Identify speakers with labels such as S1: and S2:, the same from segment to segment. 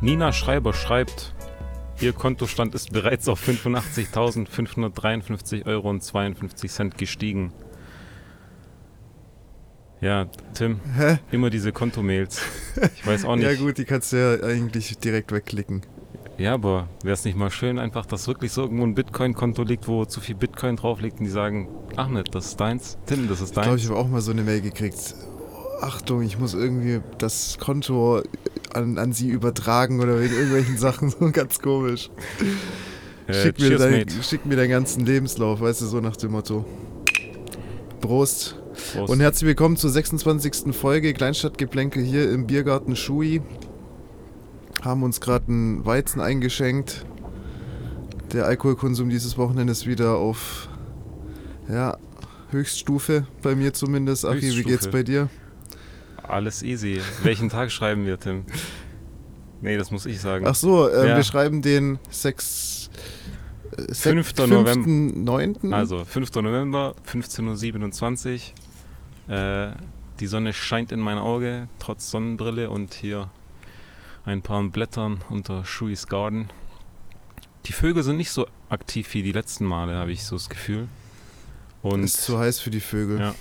S1: Nina Schreiber schreibt, ihr Kontostand ist bereits auf 85.553,52 Euro gestiegen. Ja, Tim,
S2: Hä?
S1: immer diese Kontomails. Ich weiß auch nicht.
S2: Ja gut, die kannst du ja eigentlich direkt wegklicken.
S1: Ja, aber wäre es nicht mal schön, einfach, dass wirklich so irgendwo ein Bitcoin-Konto liegt, wo zu viel Bitcoin drauf liegt und die sagen, Ahmed, das ist deins, Tim, das ist
S2: Ich glaube,
S1: deins.
S2: ich habe auch mal so eine Mail gekriegt. Achtung, ich muss irgendwie das Konto an, an sie übertragen oder wegen irgendwelchen Sachen. So ganz komisch. schick, mir
S1: Äh, cheers,
S2: dein,
S1: mate.
S2: schick mir deinen ganzen Lebenslauf, weißt du, so nach dem Motto. Prost.
S1: Prost.
S2: Und herzlich willkommen zur 26. Folge Kleinstadtgeplänkel hier im Biergarten Schui. Haben uns gerade einen Weizen eingeschenkt. Der Alkoholkonsum dieses Wochenendes wieder auf ja, Höchststufe, bei mir zumindest. Achi, wie
S1: Höchststufe.
S2: geht's bei dir?
S1: Alles easy. Welchen Tag schreiben wir, Tim? Nee, das muss ich sagen.
S2: Ach so, äh,
S1: Ja.
S2: wir schreiben den 6. äh, sech-
S1: 5.
S2: fünften, neunten?
S1: Also, 5. November, 15.27 Uhr. Äh, die Sonne scheint in mein Auge, trotz Sonnenbrille und hier ein paar Blättern unter Shuis Garden. Die Vögel sind nicht so aktiv wie die letzten Male, habe ich so das Gefühl. Und
S2: Ist zu heiß für die Vögel.
S1: Ja.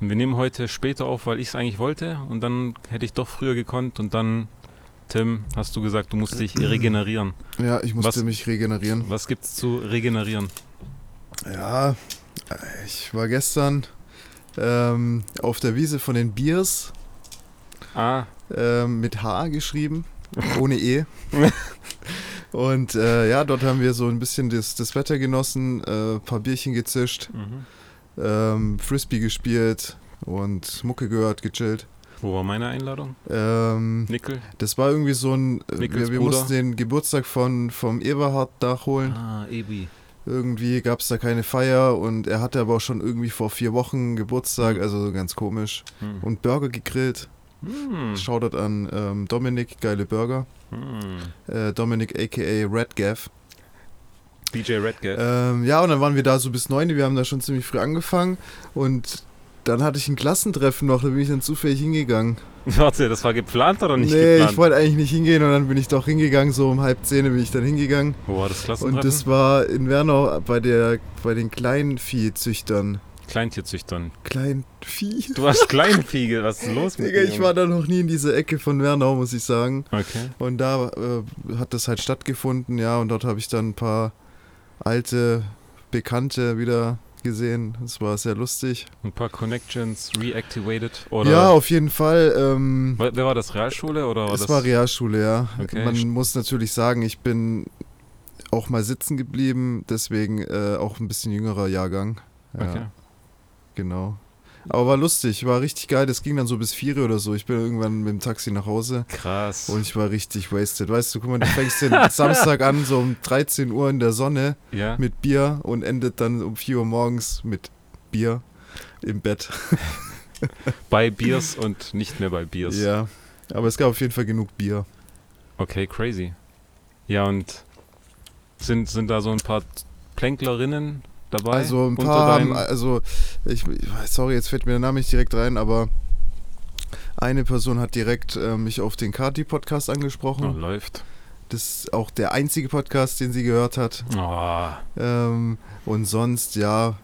S1: Und wir nehmen heute später auf, weil ich es eigentlich wollte. Und dann hätte ich doch früher gekonnt. Und dann, Tim, hast du gesagt, du musst dich regenerieren.
S2: Ja, ich musste
S1: Was-
S2: mich regenerieren.
S1: Was gibt's zu regenerieren?
S2: Ja, ich war gestern ähm, auf der Wiese von den Biers
S1: Ah,
S2: ähm, mit H geschrieben, ohne E. Und äh, ja, dort haben wir so ein bisschen das, das Wetter genossen, äh, paar Bierchen gezischt,
S1: mhm.
S2: ähm, Frisbee gespielt und Mucke gehört, gechillt.
S1: wo war meine Einladung?
S2: Ähm,
S1: Nickel?
S2: das war irgendwie so ein, äh,
S1: Nickels
S2: wir, wir
S1: Bruder.
S2: mussten den Geburtstag von, vom Eberhard nachholen.
S1: Ah, Ebi.
S2: Irgendwie gab es da keine Feier und er hatte aber auch schon irgendwie vor vier Wochen Geburtstag, also so ganz komisch.
S1: Hm.
S2: Und Burger gegrillt.
S1: Hm.
S2: Shoutout an ähm, Dominik, geile Burger.
S1: Hm.
S2: Äh, Dominik aka Red Gav.
S1: DJ Redgate.
S2: Ähm, ja, und dann waren wir da so bis neun, wir haben da schon ziemlich früh angefangen und dann hatte ich ein Klassentreffen noch, da bin ich dann zufällig hingegangen.
S1: Warte, das war geplant oder nicht
S2: nee,
S1: geplant?
S2: ich wollte eigentlich nicht hingehen und dann bin ich doch hingegangen, so um halb zehn bin ich dann hingegangen.
S1: wo war das Klassentreffen?
S2: Und das war in Wernau bei der bei den Kleinviehzüchtern.
S1: Kleintierzüchtern.
S2: Kleinvieh?
S1: Du hast Kleinfiege, was ist los mit
S2: Digga,
S1: dir?
S2: ich war da noch nie in dieser Ecke von Wernau, muss ich sagen.
S1: Okay.
S2: Und da äh, hat das halt stattgefunden, ja, und dort habe ich dann ein paar alte Bekannte wieder gesehen. Das war sehr lustig.
S1: Ein paar Connections reactivated oder...
S2: ja, auf jeden Fall. Ähm,
S1: Wer war das? Realschule oder war
S2: es
S1: das?
S2: war Realschule, ja.
S1: Okay.
S2: Man muss natürlich sagen, ich bin auch mal sitzen geblieben, deswegen äh, auch ein bisschen jüngerer Jahrgang. Ja,
S1: Okay.
S2: genau. Aber war lustig, war richtig geil. Das ging dann so bis vier oder so. Ich bin irgendwann mit dem Taxi nach Hause.
S1: Krass.
S2: Und ich war richtig wasted. Weißt du, guck mal, du fängst den Samstag an, so um 13 Uhr in der Sonne
S1: ja.
S2: mit Bier und endet dann um 4 Uhr morgens mit Bier im Bett.
S1: Bei Biers und nicht mehr bei Biers.
S2: Ja. Aber es gab auf jeden Fall genug Bier.
S1: Okay, crazy. Ja, und sind, sind da so ein paar Plänklerinnen dabei?
S2: Also ein
S1: Unter
S2: paar haben,
S1: deinen-
S2: also ich, sorry, jetzt fällt mir der Name nicht direkt rein, aber eine Person hat direkt äh, mich auf den Kati-Podcast
S1: Oh,
S2: angesprochen.
S1: läuft.
S2: Das ist auch der einzige Podcast, den sie gehört hat.
S1: Oh,
S2: Ähm, und sonst, ja,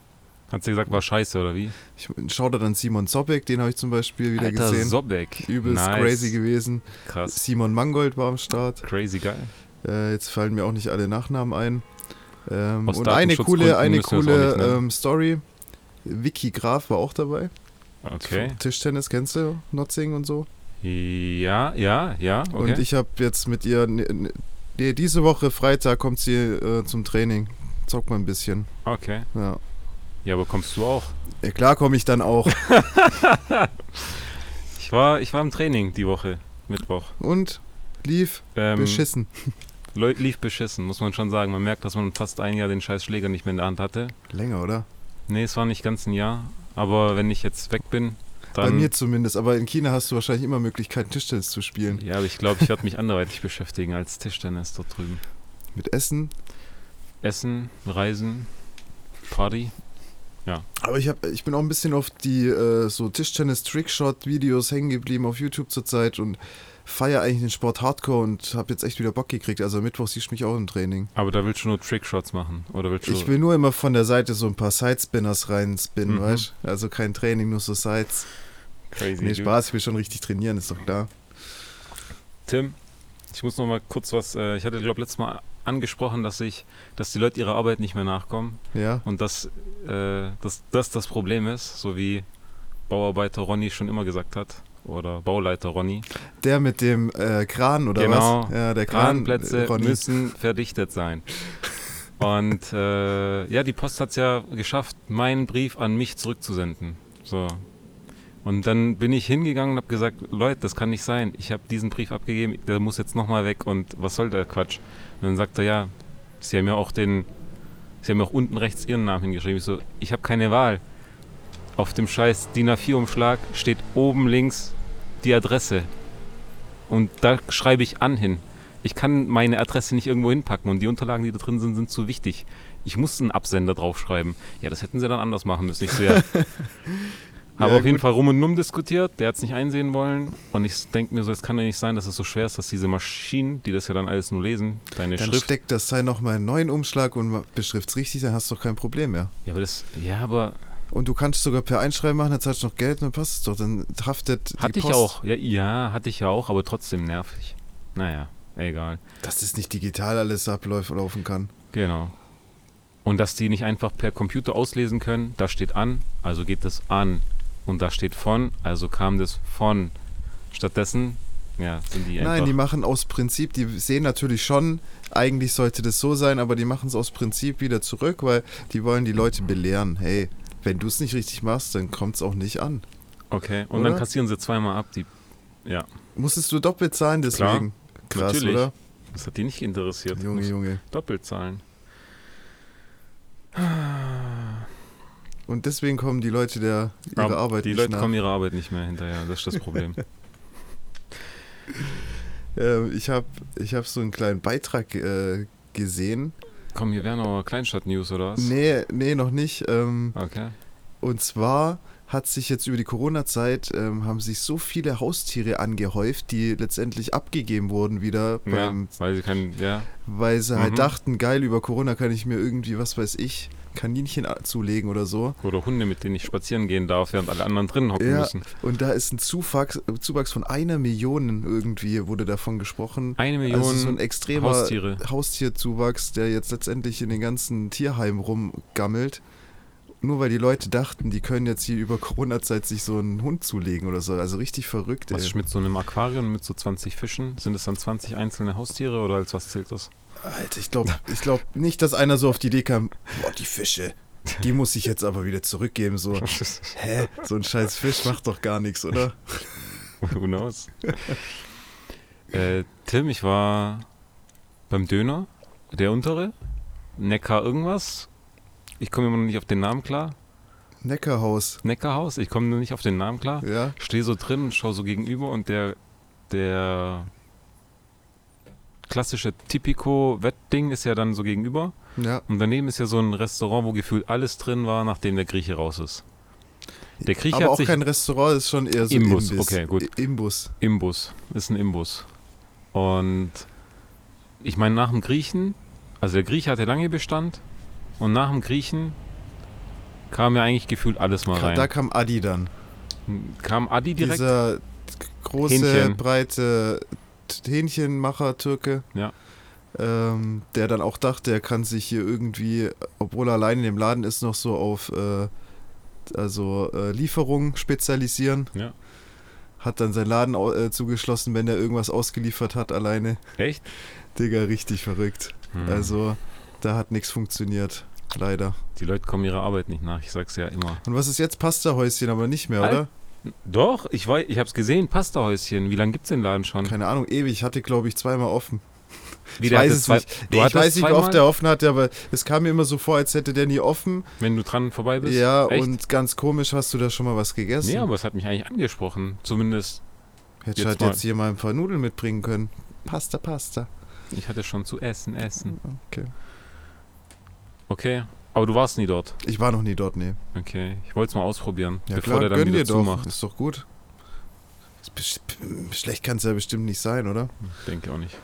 S1: hat sie gesagt, war scheiße oder wie?
S2: ich schaue dann Simon Zopek, den habe ich zum Beispiel wieder
S1: Alter,
S2: gesehen.
S1: Sobek.
S2: Übelst
S1: nice.
S2: crazy gewesen.
S1: Krass.
S2: Simon Mangold war am Start.
S1: Crazy geil.
S2: Äh, jetzt fallen mir auch nicht alle Nachnamen ein. Ähm,
S1: Aus
S2: und eine coole,
S1: Datenschutzgründen
S2: eine
S1: müssen wir es
S2: coole
S1: auch nicht nennen.
S2: ähm, Story. Vicky Graf war auch dabei.
S1: Okay.
S2: Vom Tischtennis kennst du, Notzing und so.
S1: Ja, ja, ja. Okay.
S2: Und ich habe jetzt mit ihr, ne- ne- nee, diese Woche Freitag kommt sie äh, zum Training. Zockt mal ein bisschen.
S1: okay.
S2: Ja,
S1: Ja, aber kommst du auch?
S2: ja klar komme ich dann auch.
S1: Ich war, ich war im Training die Woche, Mittwoch.
S2: Und lief
S1: Ähm,
S2: beschissen.
S1: Leu- Lief beschissen, muss man schon sagen. Man merkt, dass man fast ein Jahr den scheiß Schläger nicht mehr in der Hand hatte.
S2: Länger, oder?
S1: Nee, es war nicht ganz ein Jahr. Aber wenn ich jetzt weg bin, dann.
S2: Bei mir zumindest. Aber in China hast du wahrscheinlich immer Möglichkeiten, Tischtennis zu spielen.
S1: ja, aber ich glaube, ich werde mich anderweitig beschäftigen als Tischtennis dort drüben.
S2: Mit Essen.
S1: Essen, Reisen, Party.
S2: Aber ich, hab, ich bin auch ein bisschen auf die äh, so Tischtennis-Trickshot-Videos hängen geblieben auf YouTube zurzeit und feiere eigentlich den Sport hardcore und habe jetzt echt wieder Bock gekriegt. Also Mittwoch siehst du mich auch im Training.
S1: Aber da willst du nur Trickshots machen? Oder willst du
S2: Ich will nur immer von der Seite so ein paar Sidespinners reinspinnen,
S1: Mhm.
S2: weißt du? Also kein Training, nur so Sides.
S1: crazy?
S2: Nee,
S1: dude?
S2: Spaß, ich will schon richtig trainieren, ist doch klar.
S1: Tim, ich muss noch mal kurz was. Äh, ich hatte, glaube letztes Mal angesprochen, dass ich, dass die Leute ihrer Arbeit nicht mehr nachkommen
S2: Ja,
S1: und dass, äh, dass das das Problem ist, so wie Bauarbeiter Ronny schon immer gesagt hat oder Bauleiter Ronny.
S2: der mit dem äh, Kran oder
S1: Genau.
S2: was? Ja, der Kran. äh,
S1: Kranplätze
S2: Ronny.
S1: müssen verdichtet sein. Und äh, ja, die Post hat es ja geschafft, meinen Brief an mich zurückzusenden. So. Und dann bin ich hingegangen und habe gesagt, Leute, das kann nicht sein. Ich habe diesen Brief abgegeben, der muss jetzt nochmal weg und was soll der Quatsch? Und dann sagt er, ja, sie haben ja auch den, sie haben ja auch unten rechts ihren Namen hingeschrieben. Ich so, ich habe keine Wahl. Auf dem scheiß DIN A4-Umschlag steht oben links die Adresse. Und da schreibe ich an hin. Ich kann meine Adresse nicht irgendwo hinpacken und die Unterlagen, die da drin sind, sind zu wichtig. Ich muss einen Absender draufschreiben. Ja, das hätten sie dann anders machen müssen. Ich so, ja. Habe
S2: Ja,
S1: auf jeden
S2: gut.
S1: Fall rum und um diskutiert. Der hat es nicht einsehen wollen. Und ich denke mir so, es kann ja nicht sein, dass es so schwer ist, dass diese Maschinen, die das ja dann alles nur lesen, deine
S2: Dann
S1: Schrift.
S2: steckt das Teil nochmal einen neuen Umschlag und beschrift's richtig, dann hast du doch kein Problem mehr.
S1: Ja, aber das, ja, aber
S2: Und du kannst sogar per Einschreiben machen, dann zahlst du noch Geld und dann passt es doch. Dann haftet
S1: Hatte
S2: die
S1: ich
S2: Post.
S1: auch. Ja, ja, hatte ich ja auch, aber trotzdem nervig. Naja, egal.
S2: Dass das nicht digital alles abläuft laufen kann.
S1: Genau. Und dass die nicht einfach per Computer auslesen können, da steht an, also geht das an. Und da steht von, also kam das von. Stattdessen, ja, sind die einfach.
S2: Nein, die machen aus Prinzip, die sehen natürlich schon, eigentlich sollte das so sein, aber die machen es aus Prinzip wieder zurück, weil die wollen die Leute belehren. Hey, wenn du es nicht richtig machst, dann kommt es auch nicht an.
S1: okay, und
S2: oder?
S1: dann kassieren sie zweimal ab. Die, ja,
S2: Musstest du doppelt zahlen deswegen? Krass,
S1: Natürlich.
S2: oder?
S1: das hat die nicht interessiert.
S2: Junge,
S1: Muss
S2: Junge.
S1: Doppelt zahlen.
S2: Und deswegen kommen die Leute der ihrer
S1: Aber
S2: Arbeit
S1: die
S2: nicht
S1: Leute
S2: nach.
S1: kommen ihrer Arbeit nicht mehr hinterher, das ist das Problem.
S2: Ähm, ich habe ich hab so einen kleinen Beitrag äh, gesehen.
S1: Komm, hier wären aber Kleinstadt-News oder was?
S2: Nee, nee, noch nicht. Ähm,
S1: Okay.
S2: Und zwar hat sich jetzt über die Corona-Zeit, ähm, haben sich so viele Haustiere angehäuft, die letztendlich abgegeben wurden wieder,
S1: Ja,
S2: beim,
S1: weil sie keinen, ja,
S2: weil sie halt
S1: Mhm.
S2: dachten, geil, über Corona kann ich mir irgendwie, was weiß ich, Kaninchen a- zulegen oder so.
S1: Oder Hunde, mit denen ich spazieren gehen darf, während alle anderen drinnen hocken
S2: Ja.
S1: müssen.
S2: Und da ist ein Zuwachs, Zuwachs von einer Million irgendwie, wurde davon gesprochen.
S1: Eine Million
S2: Also so ein extremer
S1: Haustiere.
S2: Haustierzuwachs, der jetzt letztendlich in den ganzen Tierheimen rumgammelt. Nur weil die Leute dachten, die können jetzt hier über Corona-Zeit sich so einen Hund zulegen oder so. Also richtig verrückt.
S1: Was
S2: ey.
S1: ist mit so einem Aquarium mit so 20 Fischen? Sind es dann 20 einzelne Haustiere oder als was zählt das?
S2: Alter, ich glaube ich glaub nicht, dass einer so auf die Idee kam, boah, die Fische, die muss ich jetzt aber wieder zurückgeben. So, hä, so ein scheiß Fisch macht doch gar nichts, oder?
S1: Who knows? äh, Tim, ich war beim Döner, der untere, Neckar irgendwas. Ich komme immer noch nicht auf den Namen klar.
S2: Neckarhaus,
S1: Neckarhaus, ich komme noch nicht auf den Namen klar.
S2: ja.
S1: Stehe so drin, schau so gegenüber und der, der klassische Tipico-Wettding ist ja dann so gegenüber.
S2: Ja,
S1: Und daneben ist ja so ein Restaurant, wo gefühlt alles drin war, nachdem der Grieche raus ist. Der Grieche
S2: aber
S1: hat
S2: auch
S1: sich
S2: kein Restaurant, ist schon eher so
S1: Imbus,
S2: Imbiss.
S1: okay, gut.
S2: Imbus.
S1: Imbus, ist ein Imbus. Und ich meine, nach dem Griechen, also der Grieche hatte lange Bestand und nach dem Griechen kam ja eigentlich gefühlt alles mal
S2: Da
S1: rein.
S2: kam Adi dann.
S1: Kam Adi direkt,
S2: Dieser große,
S1: Hähnchen.
S2: breite T- Hähnchenmacher-Türke.
S1: Ja.
S2: Ähm, der dann auch dachte, er kann sich hier irgendwie, obwohl er allein in dem Laden ist, noch so auf äh, also äh, Lieferung spezialisieren.
S1: Ja.
S2: Hat dann seinen Laden au- äh, zugeschlossen, wenn er irgendwas ausgeliefert hat alleine.
S1: echt?
S2: Digga, richtig verrückt.
S1: Hm.
S2: Also, da hat nichts funktioniert. Leider.
S1: Die Leute kommen ihrer Arbeit nicht nach, ich sag's ja immer.
S2: Und was ist jetzt? Pasta-Häuschen aber nicht mehr, oder?
S1: Doch, ich weiß, ich hab's gesehen, Pastahäuschen. Wie lange gibt's den Laden schon?
S2: Keine Ahnung, ewig. Hatte, glaube ich, zweimal offen.
S1: Wie,
S2: Ich
S1: der hat
S2: weiß
S1: das
S2: es
S1: zwei-
S2: nicht.
S1: Du
S2: ich
S1: hattest
S2: weiß nicht, wie
S1: zweimal,
S2: oft der offen hatte, aber es kam mir immer so vor, als hätte der nie offen.
S1: wenn du dran vorbei bist.
S2: ja,
S1: Echt?
S2: und ganz komisch, hast du da schon mal was gegessen?
S1: Nee, aber es hat mich eigentlich angesprochen. Zumindest,
S2: Hätte
S1: jetzt
S2: halt
S1: mal.
S2: jetzt hier mal ein paar Nudeln mitbringen können. Pasta, Pasta.
S1: ich hatte schon zu essen, essen.
S2: Okay.
S1: Okay, aber du warst nie dort.
S2: Ich war noch nie dort, nee.
S1: Okay, ich wollte es mal ausprobieren,
S2: Ja
S1: bevor
S2: klar,
S1: der dann
S2: gönn
S1: wieder
S2: dir doch.
S1: zumacht.
S2: Ist doch gut. Ist besch- Schlecht kann es ja bestimmt nicht sein, oder?
S1: Denke auch nicht.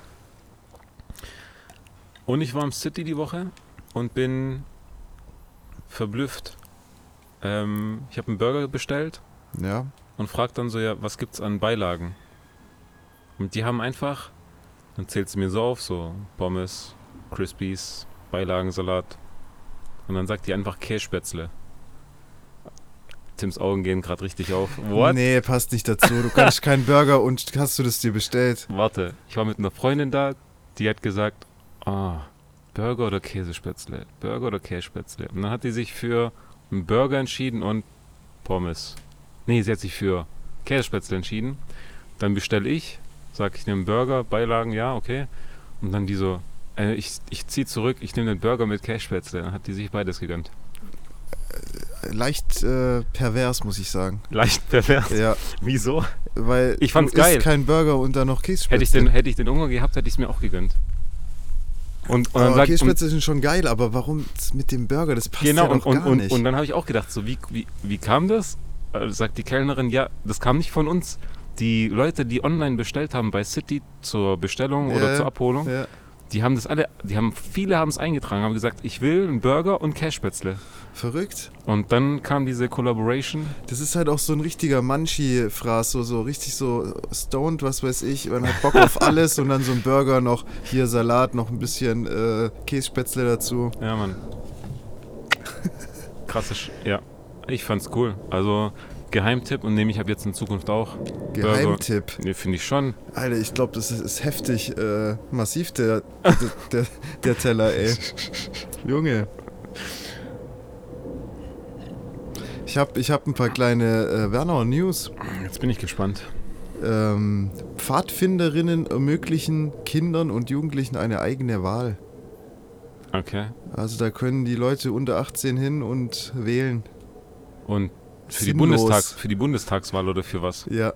S1: Und ich war im City die Woche und bin verblüfft. Ähm, ich habe einen Burger bestellt
S2: Ja.
S1: und fragt dann so, ja, was gibt's an Beilagen? Und die haben einfach, dann zählt sie mir so auf, so Pommes, Crispies, Beilagensalat. Und dann sagt die einfach Kässpätzle. Tims Augen gehen gerade richtig auf. What?
S2: Nee, passt nicht dazu. Du kannst keinen Burger und hast du das dir bestellt?
S1: Warte, ich war mit einer Freundin da, die hat gesagt, ah, Burger oder Käsespätzle, Burger oder Kässpätzle. Und dann hat die sich für einen Burger entschieden und Pommes. Nee, sie hat sich für Käsespätzle entschieden. Dann bestelle ich, sag ich nehme einen Burger, Beilagen, ja, okay. Und dann die so, äh, ich, ich ziehe zurück, ich nehme den Burger mit Käsespätzle. Dann hat die sich beides gegönnt.
S2: Leicht äh, pervers, muss ich sagen.
S1: Leicht pervers.
S2: Ja,
S1: Wieso?
S2: weil
S1: Ich fand's
S2: du
S1: geil.
S2: isst keinen Burger und dann noch Kässpätzle.
S1: Hätte ich den, hätte ich den Hunger gehabt, hätte ich es mir auch gegönnt. Und, und dann
S2: aber
S1: sagt, und,
S2: Kässpätzle Oh, sind schon geil, aber warum mit dem Burger? Das passt
S1: Genau,
S2: ja
S1: und,
S2: doch
S1: und,
S2: gar
S1: und,
S2: nicht.
S1: und dann habe ich auch gedacht, so wie, wie, wie kam das? Äh, sagt die Kellnerin, ja, das kam nicht von uns. Die Leute, die online bestellt haben bei City zur Bestellung
S2: Ja,
S1: oder zur Abholung,
S2: ja.
S1: die haben das alle, die haben, viele haben es eingetragen, haben gesagt, ich will einen Burger und Cashspätzle.
S2: Verrückt.
S1: Und dann kam diese Collaboration.
S2: Das ist halt auch so ein richtiger Manchi-Fraß, so, so richtig so stoned, was weiß ich. Man hat Bock auf alles und dann so ein Burger noch, hier Salat, noch ein bisschen äh, Kässpätzle dazu.
S1: Ja, Mann. Krasse, Sch ja. Ich fand's cool. Also, Geheimtipp und nehme ich ab jetzt in Zukunft auch.
S2: Geheimtipp.
S1: Nee, finde ich schon.
S2: Alter, ich glaube, das ist, ist heftig äh, massiv, der, der, der, der Teller, ey. Junge. Ich habe ich hab ein paar kleine äh, Werner News.
S1: Jetzt bin ich gespannt.
S2: Ähm, Pfadfinderinnen ermöglichen Kindern und Jugendlichen eine eigene Wahl.
S1: Okay.
S2: Also da können die Leute unter 18 hin und wählen.
S1: Und für die,
S2: Sinnlos.
S1: Bundestags, für die Bundestagswahl oder für was?
S2: Ja.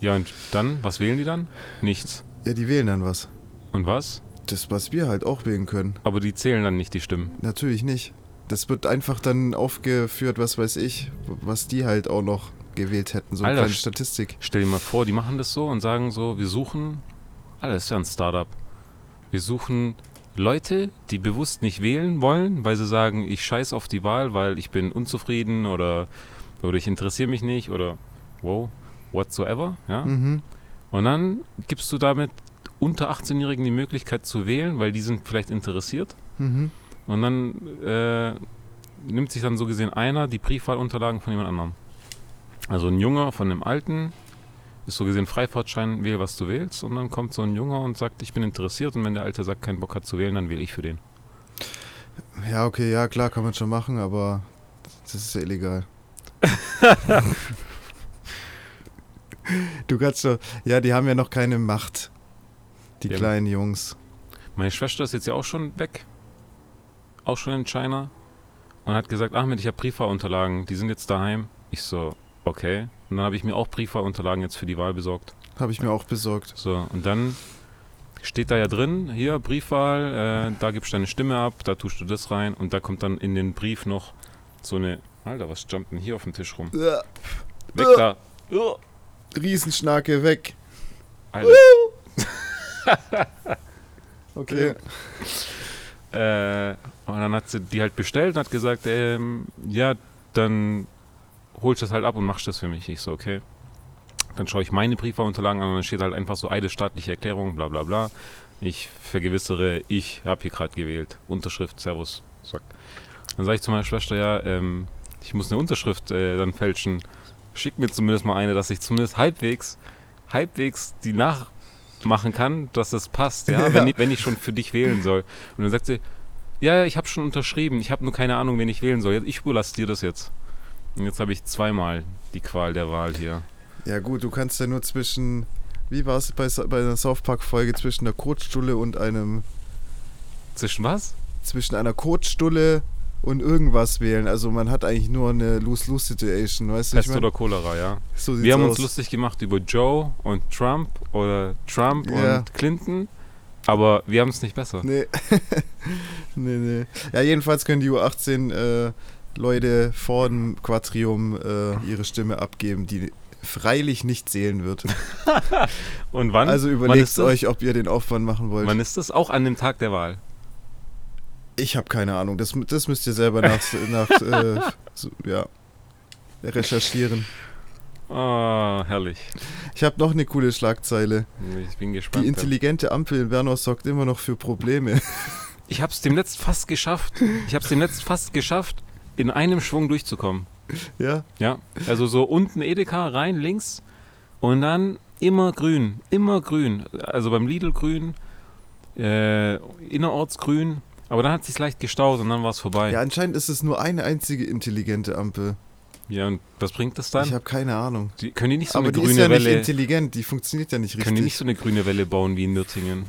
S1: Ja, und dann? Was wählen die dann? Nichts.
S2: ja, die wählen dann was.
S1: Und was?
S2: Das, was wir halt auch wählen können.
S1: Aber die zählen dann nicht die Stimmen.
S2: Natürlich nicht. Das wird einfach dann aufgeführt, was weiß ich, was die halt auch noch gewählt hätten. So eine
S1: Alter,
S2: kleine
S1: st-
S2: Statistik.
S1: Stell dir mal vor, die machen das so und sagen so, wir suchen, alles ist ja ein Startup. Wir suchen Leute, die bewusst nicht wählen wollen, weil sie sagen, ich scheiß auf die Wahl, weil ich bin unzufrieden oder, oder ich interessiere mich nicht oder wow, whatsoever, ja?
S2: Mhm.
S1: Und dann gibst du damit unter 18-Jährigen die Möglichkeit zu wählen, weil die sind vielleicht interessiert.
S2: Mhm.
S1: Und dann äh, nimmt sich dann so gesehen einer die Briefwahlunterlagen von jemand anderem. Also ein Junger von einem Alten ist so gesehen Freifahrtschein, wähl was du willst. Und dann kommt so ein Junger und sagt, ich bin interessiert. Und wenn der Alte sagt, keinen Bock hat zu wählen, dann wähle ich für den.
S2: Ja, okay, ja, klar, kann man schon machen, aber das ist ja illegal. du kannst doch. Ja, die haben ja noch keine Macht. Die
S1: Ja.
S2: kleinen Jungs.
S1: Meine Schwester ist jetzt ja auch schon weg. Auch schon in China. Und hat gesagt, Ahmed, ich habe Briefwahlunterlagen. Die sind jetzt daheim. Ich so, okay. Und dann habe ich mir auch Briefwahlunterlagen jetzt für die Wahl besorgt.
S2: Habe ich mir auch besorgt.
S1: So, und dann steht da ja drin, hier Briefwahl, äh, da gibst du deine Stimme ab, da tust du das rein und da kommt dann in den Brief noch so eine. Alter, was jumpt denn hier auf dem Tisch rum?
S2: Ja,
S1: Weg da!
S2: Riesenschnake weg.
S1: Alter.
S2: Okay.
S1: Äh, und dann hat sie die halt bestellt und hat gesagt, ähm, ja, dann holst du das halt ab und machst das für mich. Ich so, okay. Dann schaue ich meine Briefwahlunterlagen an und dann steht halt einfach so eine staatliche Erklärung, bla bla bla. Ich vergewissere, ich habe hier gerade gewählt. Unterschrift, Servus. Zack. Dann sage ich zu meiner Schwester, ja, ähm, ich muss eine Unterschrift äh, dann fälschen. Schick mir zumindest mal eine, dass ich zumindest halbwegs, halbwegs die nachmachen kann, dass das passt, ja,
S2: Ja.
S1: Wenn, ich, wenn ich schon für dich wählen soll. Und dann sagt sie, ja, ja, ich habe schon unterschrieben, ich habe nur keine Ahnung, wen ich wählen soll. Ich überlasse dir das jetzt. Und jetzt habe ich zweimal die Qual der Wahl hier.
S2: Ja gut, du kannst ja nur zwischen, wie war es bei, Sa- bei einer South Park Folge zwischen einer Kotstulle und einem,
S1: Zwischen was?
S2: zwischen einer Kotstulle und irgendwas wählen. Also man hat eigentlich nur eine Lose-Lose-Situation, weißt du?
S1: Pest
S2: ich mein?
S1: oder Cholera, ja.
S2: so sieht's
S1: Wir haben uns
S2: aus.
S1: lustig gemacht über Joe und Trump oder Trump
S2: Ja.
S1: und Clinton, aber wir haben es nicht besser.
S2: Nee. nee, nee. Ja, jedenfalls können die U18 äh, Leute vor dem Quadrium äh, ihre Stimme abgeben, die freilich nicht zählen wird.
S1: Und wann?
S2: Also
S1: wann
S2: überlegt
S1: ist das?
S2: euch, ob ihr den Aufwand machen wollt.
S1: Wann ist das? Auch an dem Tag der Wahl.
S2: Ich habe keine Ahnung. Das, das müsst ihr selber nach, nach äh, so, ja, recherchieren.
S1: Ah, herrlich.
S2: Ich habe noch eine coole Schlagzeile.
S1: Ich bin gespannt.
S2: Die intelligente Ampel in Bernau sorgt immer noch für Probleme.
S1: Ich hab's dem Netz fast geschafft. Ich hab's dem Netz fast geschafft, in einem Schwung durchzukommen.
S2: ja,
S1: Ja, also so unten Edeka, rein links und dann immer grün, immer grün. Also beim Lidl grün, äh, innerorts grün. Aber dann hat sich's leicht gestaut und dann war's vorbei.
S2: ja,
S1: Ja,
S2: anscheinend ist es nur eine einzige intelligente Ampel.
S1: und was bringt das
S2: ich
S1: dann?
S2: habe keine Ahnung.
S1: Die, können die nicht so
S2: Aber
S1: eine
S2: die
S1: grüne
S2: ist ja nicht
S1: Welle?
S2: intelligent, die funktioniert ja nicht
S1: Können die nicht
S2: richtig.
S1: so eine grüne Welle bauen wie in Nürtingen?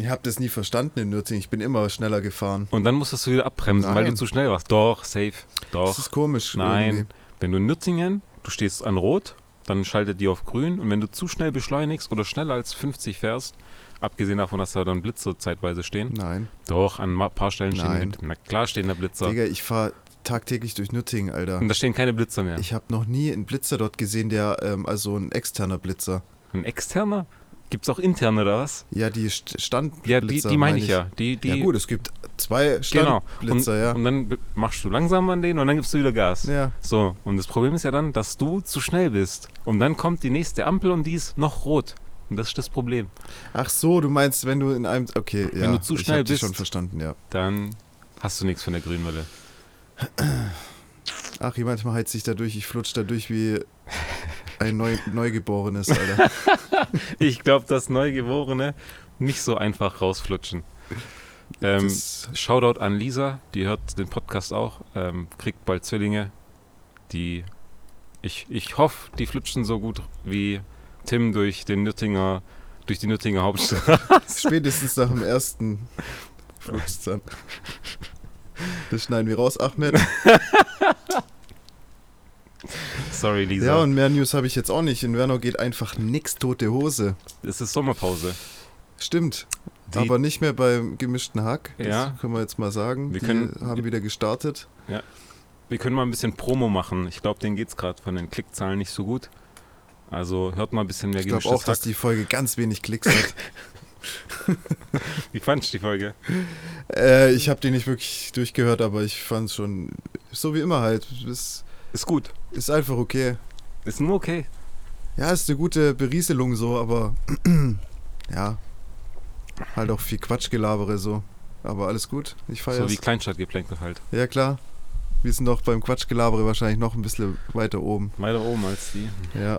S2: Ich habe das nie verstanden in Nürtingen. Ich bin immer schneller gefahren.
S1: Und dann musstest du wieder abbremsen, weil du
S2: Nein.
S1: zu schnell warst. Doch, safe. Doch.
S2: Das ist komisch.
S1: Nein,
S2: irgendwie.
S1: wenn du in Nürtingen, du stehst an Rot, dann schaltet die auf Grün und wenn du zu schnell beschleunigst oder schneller als 50 fährst, abgesehen davon, dass da dann Blitzer zeitweise stehen,
S2: Nein.
S1: doch, an ein paar Stellen stehen
S2: Nein.
S1: die. Na klar stehen da Blitzer.
S2: Digga, ich fahre tagtäglich durch Nürtingen, Alter.
S1: Und da stehen keine Blitzer mehr.
S2: Ich habe noch nie einen Blitzer dort gesehen, der, ähm, also ein externer Blitzer.
S1: Ein externer? Gibt's auch interne oder was?
S2: Ja, die St- Standblitzer.
S1: Ja, die, die meine ich ja. Die, die,
S2: Ja gut, es gibt zwei
S1: genau. Und,
S2: Standblitzer, ja.
S1: und dann b- machst du langsam an denen und dann gibst du wieder Gas.
S2: ja.
S1: So, und das Problem ist ja dann, dass du zu schnell bist. Und dann kommt die nächste Ampel und die ist noch rot. Und das ist das Problem.
S2: Ach so, du meinst, wenn du in einem. Okay, ja.
S1: du zu
S2: ich
S1: schnell
S2: hab dich
S1: bist.
S2: schon verstanden, ja.
S1: dann hast du nichts von der Grünwelle.
S2: Ach, hier manchmal heizt sich da durch, ich flutsch da durch wie ein Neu Neugeborenes, Alter.
S1: Ich glaube, das Neugeborene nicht so einfach rausflutschen. Ähm,
S2: Das,
S1: Shoutout an Lisa, die hört den Podcast auch, ähm, kriegt bald Zwillinge. Die, ich, ich hoffe, die flutschen so gut wie Tim durch den Nürtinger, durch die Nürtinger Hauptstraße.
S2: spätestens nach dem ersten flutscht dann. Das schneiden wir raus, Ahmed.
S1: Sorry, Lisa.
S2: Ja, und mehr News habe ich jetzt auch nicht. In Werner geht einfach nix tote Hose.
S1: es ist Sommerpause.
S2: Stimmt.
S1: Die-
S2: aber nicht mehr beim gemischten Hack. Das
S1: Ja.
S2: können wir jetzt mal sagen.
S1: Wir
S2: die
S1: können-
S2: haben wieder gestartet.
S1: Wir können mal ein bisschen Promo machen. Ich glaube, denen geht's gerade von den Klickzahlen nicht so gut. Also hört mal ein bisschen mehr
S2: Ich glaube
S1: gemischtes
S2: auch, dass
S1: Hack.
S2: die Folge ganz wenig Klicks hat.
S1: Wie fandst du die Folge?
S2: äh, ich habe die nicht wirklich durchgehört, aber ich fand schon so wie immer halt. Ist,
S1: Ist gut.
S2: ist einfach okay.
S1: Ist nur okay.
S2: Ja, ist eine gute Berieselung so, aber ja, halt auch viel Quatschgelabere so. Aber alles gut, ich
S1: So
S2: feier's.
S1: wie Kleinstadtgeplänkel halt.
S2: ja klar, wir sind noch beim Quatschgelabere wahrscheinlich noch ein bisschen weiter oben.
S1: Weiter oben als die.
S2: Ja.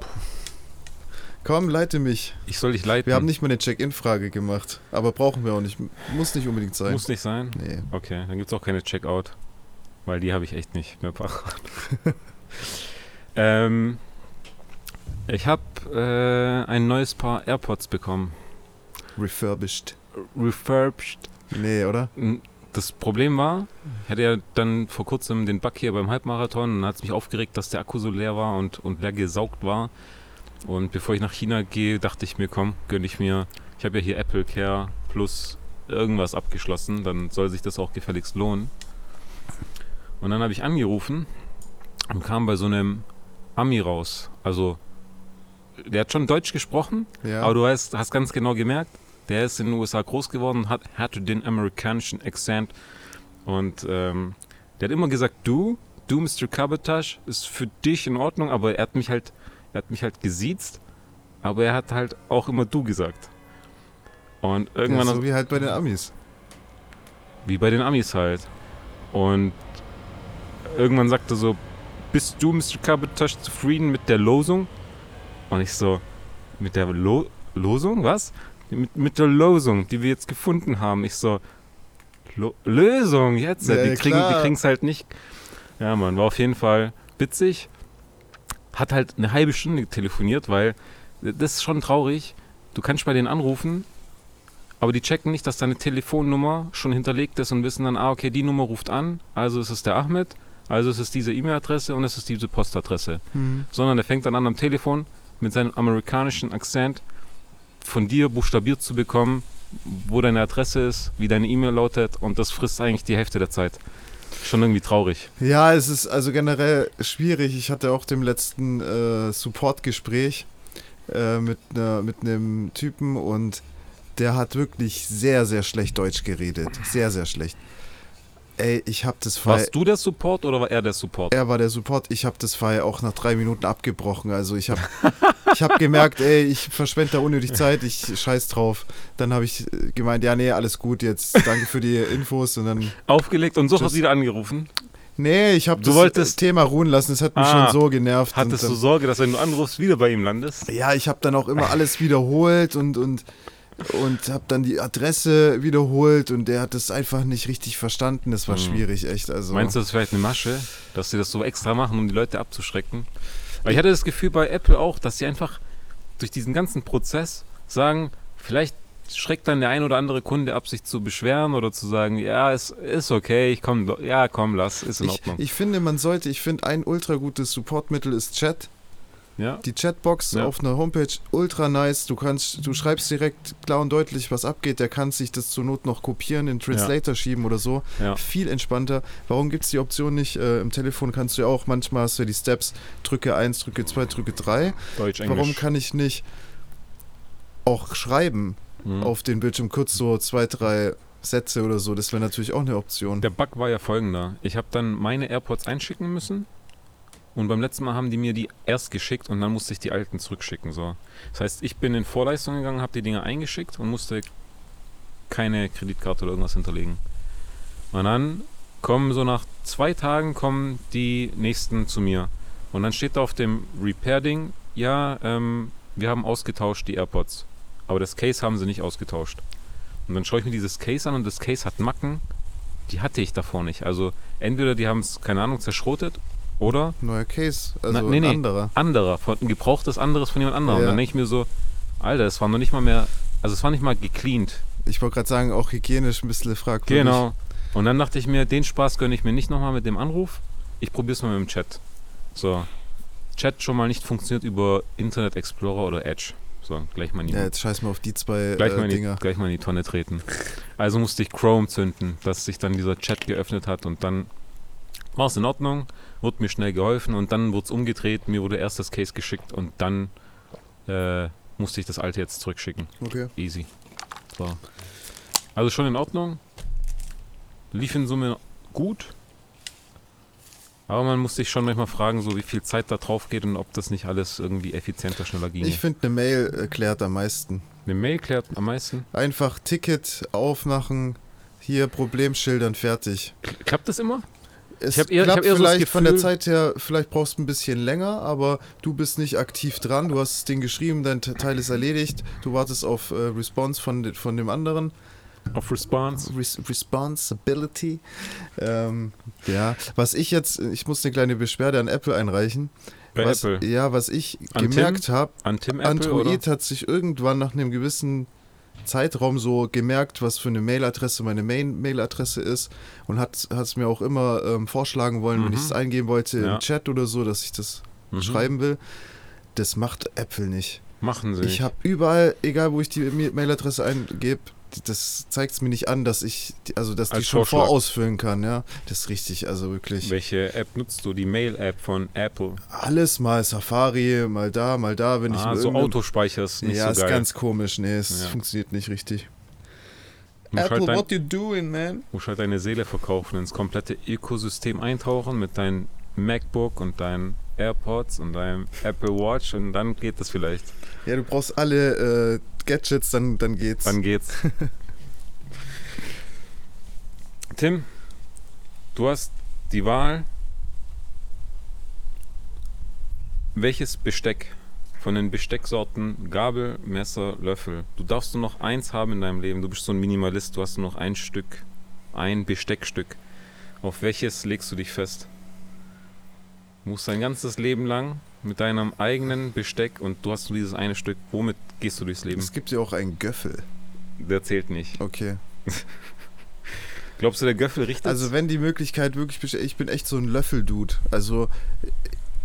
S2: Komm, leite mich.
S1: Ich soll dich leiten.
S2: Wir haben nicht mal eine Check-in-Frage gemacht, aber brauchen wir auch nicht. Muss nicht unbedingt sein.
S1: Muss nicht sein.
S2: Nee.
S1: Okay, dann gibt's auch keine Checkout. Weil die habe ich echt nicht mehr parat. ähm, ich habe äh, ein neues Paar AirPods bekommen.
S2: Refurbished.
S1: Refurbished.
S2: Nee, oder?
S1: N- Das Problem war, ich hatte ja dann vor kurzem den Bug hier beim Halbmarathon und hat es mich aufgeregt, dass der Akku so leer war und, und leer gesaugt war. Und bevor ich nach China gehe, dachte ich mir, komm, gönn ich mir. Ich habe ja hier Apple Care plus irgendwas abgeschlossen, dann soll sich das auch gefälligst lohnen. Und dann habe ich angerufen und kam bei so einem Ami raus. Also, der hat schon Deutsch gesprochen,
S2: Ja.
S1: aber du weißt, hast ganz genau gemerkt, der ist in den USA groß geworden, hat, hatte den amerikanischen Akzent und ähm, der hat immer gesagt, du, du Mr. Kabatasch, ist für dich in Ordnung, aber er hat mich halt, er hat mich halt gesiezt, aber er hat halt auch immer du gesagt. Und irgendwann,
S2: ja, so wie halt bei den Amis.
S1: wie bei den Amis halt. Und irgendwann sagte so, bist du, Mr. Kabatasch, zufrieden mit der Losung? Und ich so, mit der Lo Losung? Was? Mit, mit der Losung, die wir jetzt gefunden haben. Ich so, Lo Lösung jetzt?
S2: Ja,
S1: die
S2: ja,
S1: kriegen
S2: klar.
S1: die kriegen's halt nicht. Ja, man, war auf jeden Fall witzig. Hat halt eine halbe Stunde telefoniert, weil äh, das ist schon traurig. Du kannst bei denen anrufen, aber die checken nicht, dass deine Telefonnummer schon hinterlegt ist und wissen dann, ah, okay, die Nummer ruft an, also ist es der Ahmed, also ist es diese E-Mail-Adresse und es ist diese Postadresse sondern er fängt dann an am Telefon mit seinem amerikanischen Akzent von dir buchstabiert zu bekommen, wo deine Adresse ist, wie deine E-Mail lautet und das frisst eigentlich die Hälfte der Zeit. Schon irgendwie traurig.
S2: Ja, es ist also generell schwierig. Ich hatte auch dem letzten äh, Support-Gespräch äh, mit, einer, mit einem Typen und der hat wirklich sehr, sehr schlecht Deutsch geredet. Sehr, sehr schlecht. Ey, ich hab das Fall.
S1: Warst du der Support oder war er der Support?
S2: Er war der Support. Ich habe das Fall auch nach drei Minuten abgebrochen. Also ich habe ich hab gemerkt, ey, ich verschwende da unnötig Zeit, ich scheiß drauf. Dann habe ich äh, gemeint, ja, nee, alles gut, jetzt danke für die Infos. Und dann,
S1: Aufgelegt und so hast du wieder angerufen.
S2: nee, ich habe
S1: Du
S2: das
S1: wolltest-
S2: Thema ruhen lassen, es hat mich
S1: Ah,
S2: schon so genervt. und
S1: Hattest
S2: dann,
S1: du Sorge, dass wenn du anrufst, wieder bei ihm landest?
S2: Ja, ich habe dann auch immer alles wiederholt und, und, und habe dann die Adresse wiederholt und der hat das einfach nicht richtig verstanden. Das war schwierig, echt. Also,
S1: Mhm. Meinst du, das ist vielleicht eine Masche, dass sie das so extra machen, um die Leute abzuschrecken? Weil ich hatte das Gefühl bei Apple auch, dass sie einfach durch diesen ganzen Prozess sagen, vielleicht schreckt dann der ein oder andere Kunde ab, sich zu beschweren oder zu sagen, ja, es ist okay, ich komm, ja, komm, lass, ist in
S2: ich,
S1: Ordnung.
S2: ich finde, man sollte, ich finde, ein ultra gutes Supportmittel ist Chat.
S1: ja.
S2: Die Chatbox
S1: Ja.
S2: auf einer Homepage, ultra nice. Du kannst, du schreibst direkt klar und deutlich, was abgeht. Der kann sich das zur Not noch kopieren, in Translator schieben oder so.
S1: Ja.
S2: Viel entspannter. Warum gibt es die Option nicht? Äh, Im Telefon kannst du ja auch, manchmal hast du ja die Steps, drücke 1, drücke 2, drücke 3.
S1: Deutsch, Englisch.
S2: Warum kann ich nicht auch schreiben
S1: Mhm.
S2: auf den Bildschirm kurz so zwei, drei Sätze oder so? Das wäre natürlich auch eine Option.
S1: Der Bug war ja folgender. Ich habe dann meine AirPods einschicken müssen und beim letzten Mal haben die mir die erst geschickt und dann musste ich die alten zurückschicken. So. Das heißt, ich bin in Vorleistung gegangen, habe die Dinger eingeschickt und musste keine Kreditkarte oder irgendwas hinterlegen. Und dann kommen so nach zwei Tagen kommen die nächsten zu mir. Und dann steht da auf dem Repair-Ding, ja, ähm, wir haben ausgetauscht die AirPods. Aber das Case haben sie nicht ausgetauscht. Und dann schaue ich mir dieses Case an und das Case hat Macken. Die hatte ich davor nicht. Also entweder die haben es, keine Ahnung, zerschrotet oder
S2: Neuer Case, also
S1: Na, nee,
S2: ein
S1: nee.
S2: anderer.
S1: anderer, von, ein gebrauchtes anderes von jemand anderem. Und
S2: Ja.
S1: dann denke ich mir so, Alter, es war noch nicht mal mehr, also es war nicht mal gecleant.
S2: Ich wollte gerade sagen, auch hygienisch ein bisschen fragwürdig.
S1: Genau. Und dann dachte ich mir, den Spaß gönne ich mir nicht nochmal mit dem Anruf. Ich probiere es mal mit dem Chat. So. Chat schon mal nicht funktioniert über Internet Explorer oder Edge. So, gleich mal in die,
S2: Ja, jetzt scheiß mal auf die zwei
S1: gleich mal
S2: äh,
S1: in die,
S2: Dinger.
S1: gleich mal in die Tonne treten. Also musste ich Chrome zünden, dass sich dann dieser Chat geöffnet hat und dann war es in Ordnung, wurde mir schnell geholfen und dann wurde es umgedreht, mir wurde erst das Case geschickt und dann äh, musste ich das alte jetzt zurückschicken.
S2: Okay.
S1: Easy. So. Also schon in Ordnung. Lief in Summe gut. Aber man muss sich schon manchmal fragen, so wie viel Zeit da drauf geht und ob das nicht alles irgendwie effizienter, schneller ging.
S2: Ich finde, eine Mail äh, klärt am meisten.
S1: Eine Mail klärt am meisten.
S2: Einfach Ticket aufmachen, hier Problem schildern, fertig.
S1: Kla- Klappt das immer?
S2: Es
S1: Ich hab eher- ich
S2: klappt
S1: hab eher so das
S2: vielleicht von der
S1: Gefühl-
S2: Zeit her, vielleicht brauchst du ein bisschen länger, aber du bist nicht aktiv dran. Du hast das Ding geschrieben, dein Te- Teil ist erledigt. Du wartest auf äh, Response von, de- von dem anderen.
S1: Auf Response?
S2: Res Responsibility. Ähm, ja, was ich jetzt, ich muss eine kleine Beschwerde an Apple einreichen.
S1: Bei
S2: was,
S1: Apple.
S2: Ja, was ich
S1: An Tim?
S2: gemerkt habe,
S1: An Tim Apple
S2: Android hat sich irgendwann nach einem gewissen Zeitraum so gemerkt, was für eine Mailadresse meine Main-Mailadresse ist und hat es mir auch immer ähm, vorschlagen wollen, wenn
S1: Mhm.
S2: ich es eingeben wollte
S1: Ja.
S2: im Chat oder so, dass ich das
S1: oder? Mhm.
S2: schreiben will. Das macht Apple nicht.
S1: Machen sie.
S2: Ich
S1: nicht.
S2: habe überall, egal wo ich die Ma- Mailadresse eingebe, die- das zeigt es mir nicht an, dass ich, die- also dass die
S1: Als
S2: schon
S1: Vorschlag.
S2: vorausfüllen kann, ja. Das ist richtig, also wirklich.
S1: Welche App nutzt du? Die Mail-App von Apple.
S2: Alles mal Safari, mal da, mal da, wenn ich
S1: Ah,
S2: mir
S1: so
S2: irgendeine-
S1: Autospeicher ist nicht
S2: ja,
S1: so
S2: ist
S1: geil.
S2: ganz komisch. Nee, es
S1: Ja.
S2: funktioniert nicht richtig.
S1: Muss halt dein-
S2: you doing, man?
S1: musst halt deine Seele verkaufen, ins komplette Ökosystem eintauchen mit deinem MacBook und deinen AirPods und deinem Apple Watch und dann geht das vielleicht.
S2: Ja, du brauchst alle äh, Gadgets, dann, dann geht's.
S1: Dann geht's. Tim, du hast die Wahl, welches Besteck von den Bestecksorten Gabel, Messer, Löffel. Du darfst nur noch eins haben in deinem Leben. Du bist so ein Minimalist, du hast nur noch ein Stück, ein Besteckstück. Auf welches legst du dich fest? Du musst dein ganzes Leben lang mit deinem eigenen Besteck und du hast nur dieses eine Stück. Womit gehst du durchs Leben?
S2: es gibt ja auch einen Göffel.
S1: Der zählt nicht.
S2: Okay.
S1: Glaubst du, der Göffel richtet?
S2: Also wenn die Möglichkeit wirklich besteht, ich bin echt so ein Löffel-Dude. Also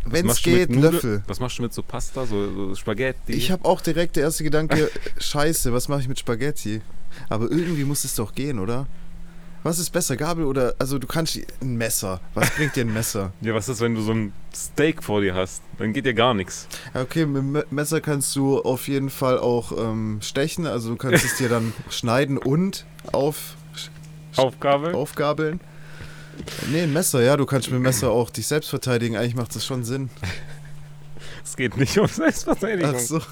S2: wenn es
S1: machst du mit
S2: geht,
S1: Nudeln?
S2: Löffel.
S1: Was machst du mit so Pasta, so, so Spaghetti?
S2: Ich habe auch direkt der erste Gedanke, Scheiße, was mache ich mit Spaghetti? Aber irgendwie muss es doch gehen, oder? Was ist besser, Gabel oder. Also, du kannst ein Messer. Was bringt dir ein Messer?
S1: Ja, was ist, wenn du so ein Steak vor dir hast? Dann geht dir gar nichts.
S2: Ja, Okay, mit dem Me- Messer kannst du auf jeden Fall auch ähm, stechen. Also, du kannst es dir dann schneiden und auf,
S1: Aufgabe?
S2: Oh. aufgabeln. Nee, ein Messer, ja, du kannst mit dem Messer auch dich selbst verteidigen. Eigentlich macht das schon Sinn.
S1: Es geht nicht um Selbstverteidigung.
S2: Ach so.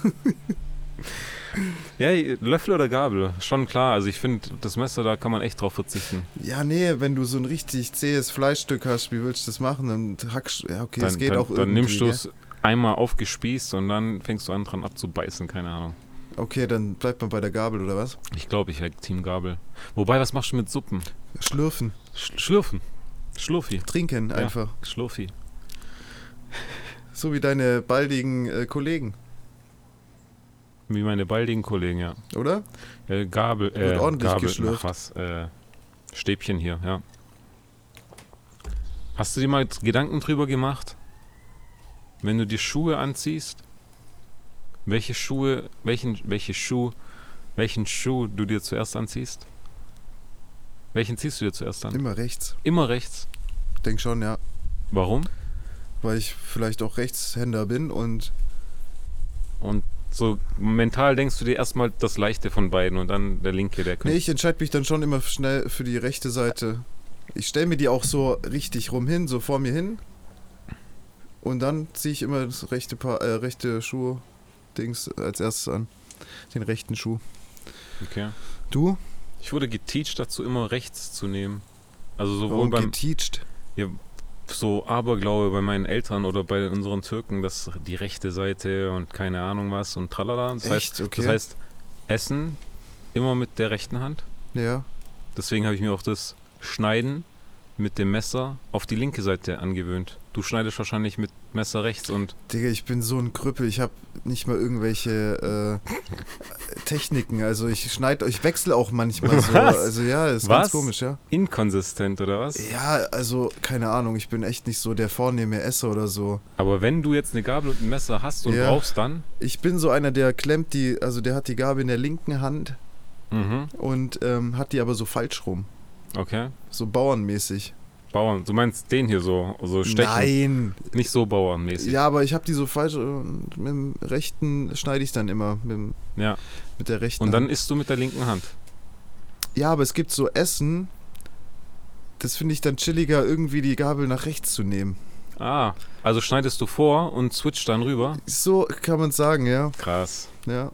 S1: Ja, Löffel oder Gabel? Schon klar. Also ich finde, das Messer, da kann man echt drauf verzichten.
S2: Ja, nee, wenn du so ein richtig zähes Fleischstück hast, wie willst du das machen? Dann hackst du. Ja, okay, es
S1: dann
S2: geht
S1: dann,
S2: auch irgendwie.
S1: dann nimmst du
S2: gell?
S1: es einmal aufgespießt und dann fängst du an, dran abzubeißen. Keine Ahnung.
S2: Okay, dann bleibt man bei der Gabel oder was?
S1: Ich glaube, ich wäre Team Gabel. Wobei, was machst du mit Suppen?
S2: Schlürfen,
S1: Sch Schlürfen. Schlurfi.
S2: trinken einfach.
S1: Schlurfi.
S2: So wie deine baldigen äh, Kollegen,
S1: Wie meine baldigen Kollegen, ja.
S2: oder?
S1: Äh, Gabel. Äh,
S2: Wird ordentlich
S1: Gabel.
S2: geschlürft.
S1: Ach, was? Äh, Stäbchen hier, ja. Hast du dir mal Gedanken drüber gemacht? Wenn du dir Schuhe anziehst, welche Schuhe, welchen, welche Schuh, welchen Schuh du dir zuerst anziehst? Welchen ziehst du dir zuerst an?
S2: Immer rechts.
S1: Immer rechts.
S2: Denk schon, ja.
S1: Warum?
S2: Weil ich vielleicht auch Rechtshänder bin und
S1: Und so mental denkst du dir erstmal das Leichte von beiden und dann der Linke, der
S2: nee,
S1: könnte.
S2: ich entscheide mich dann schon immer schnell für die rechte Seite. Ich stelle mir die auch so richtig rum hin, so vor mir hin. Und dann ziehe ich immer das rechte Paar, äh, rechte Schuh Dings als erstes an. Den rechten Schuh.
S1: Okay.
S2: Du?
S1: Ich wurde geteacht dazu, immer rechts zu nehmen. Also sowohl
S2: Warum
S1: beim
S2: geteacht?
S1: so Aberglaube bei meinen Eltern oder bei unseren Türken, dass die rechte Seite und keine Ahnung was und tralala. Das, heißt,
S2: Echt? Okay.
S1: das heißt, Essen immer mit der rechten Hand.
S2: ja.
S1: Deswegen habe ich mir auch das Schneiden mit dem Messer auf die linke Seite angewöhnt. Du schneidest wahrscheinlich mit Messer rechts und
S2: Digga, ich bin so ein Krüppel. Ich habe nicht mal irgendwelche äh, Techniken. Also ich schneide, ich wechsle auch manchmal so.
S1: Was?
S2: Also ja, ist
S1: Was?
S2: ganz komisch, ja.
S1: inkonsistent oder was?
S2: Ja, also keine Ahnung. Ich bin echt nicht so der vornehme Esser oder so.
S1: Aber wenn du jetzt eine Gabel und ein Messer hast und
S2: Ja.
S1: brauchst dann,
S2: Ich bin so einer, der klemmt die, also der hat die Gabel in der linken Hand
S1: mhm,
S2: und ähm, hat die aber so falsch rum.
S1: okay.
S2: So bauernmäßig.
S1: Bauern, du meinst den hier so, so stechen,
S2: Nein!
S1: nicht so bauernmäßig.
S2: Ja, aber ich habe die so falsch und mit dem rechten schneide ich dann immer. Mit, dem-
S1: Ja.
S2: mit der rechten
S1: Und
S2: Hand.
S1: dann isst du mit der linken Hand.
S2: Ja, aber es gibt so Essen, das finde ich dann chilliger, irgendwie die Gabel nach rechts zu nehmen.
S1: Ah, also schneidest du vor und switcht dann rüber?
S2: So kann man sagen, ja.
S1: Krass.
S2: ja.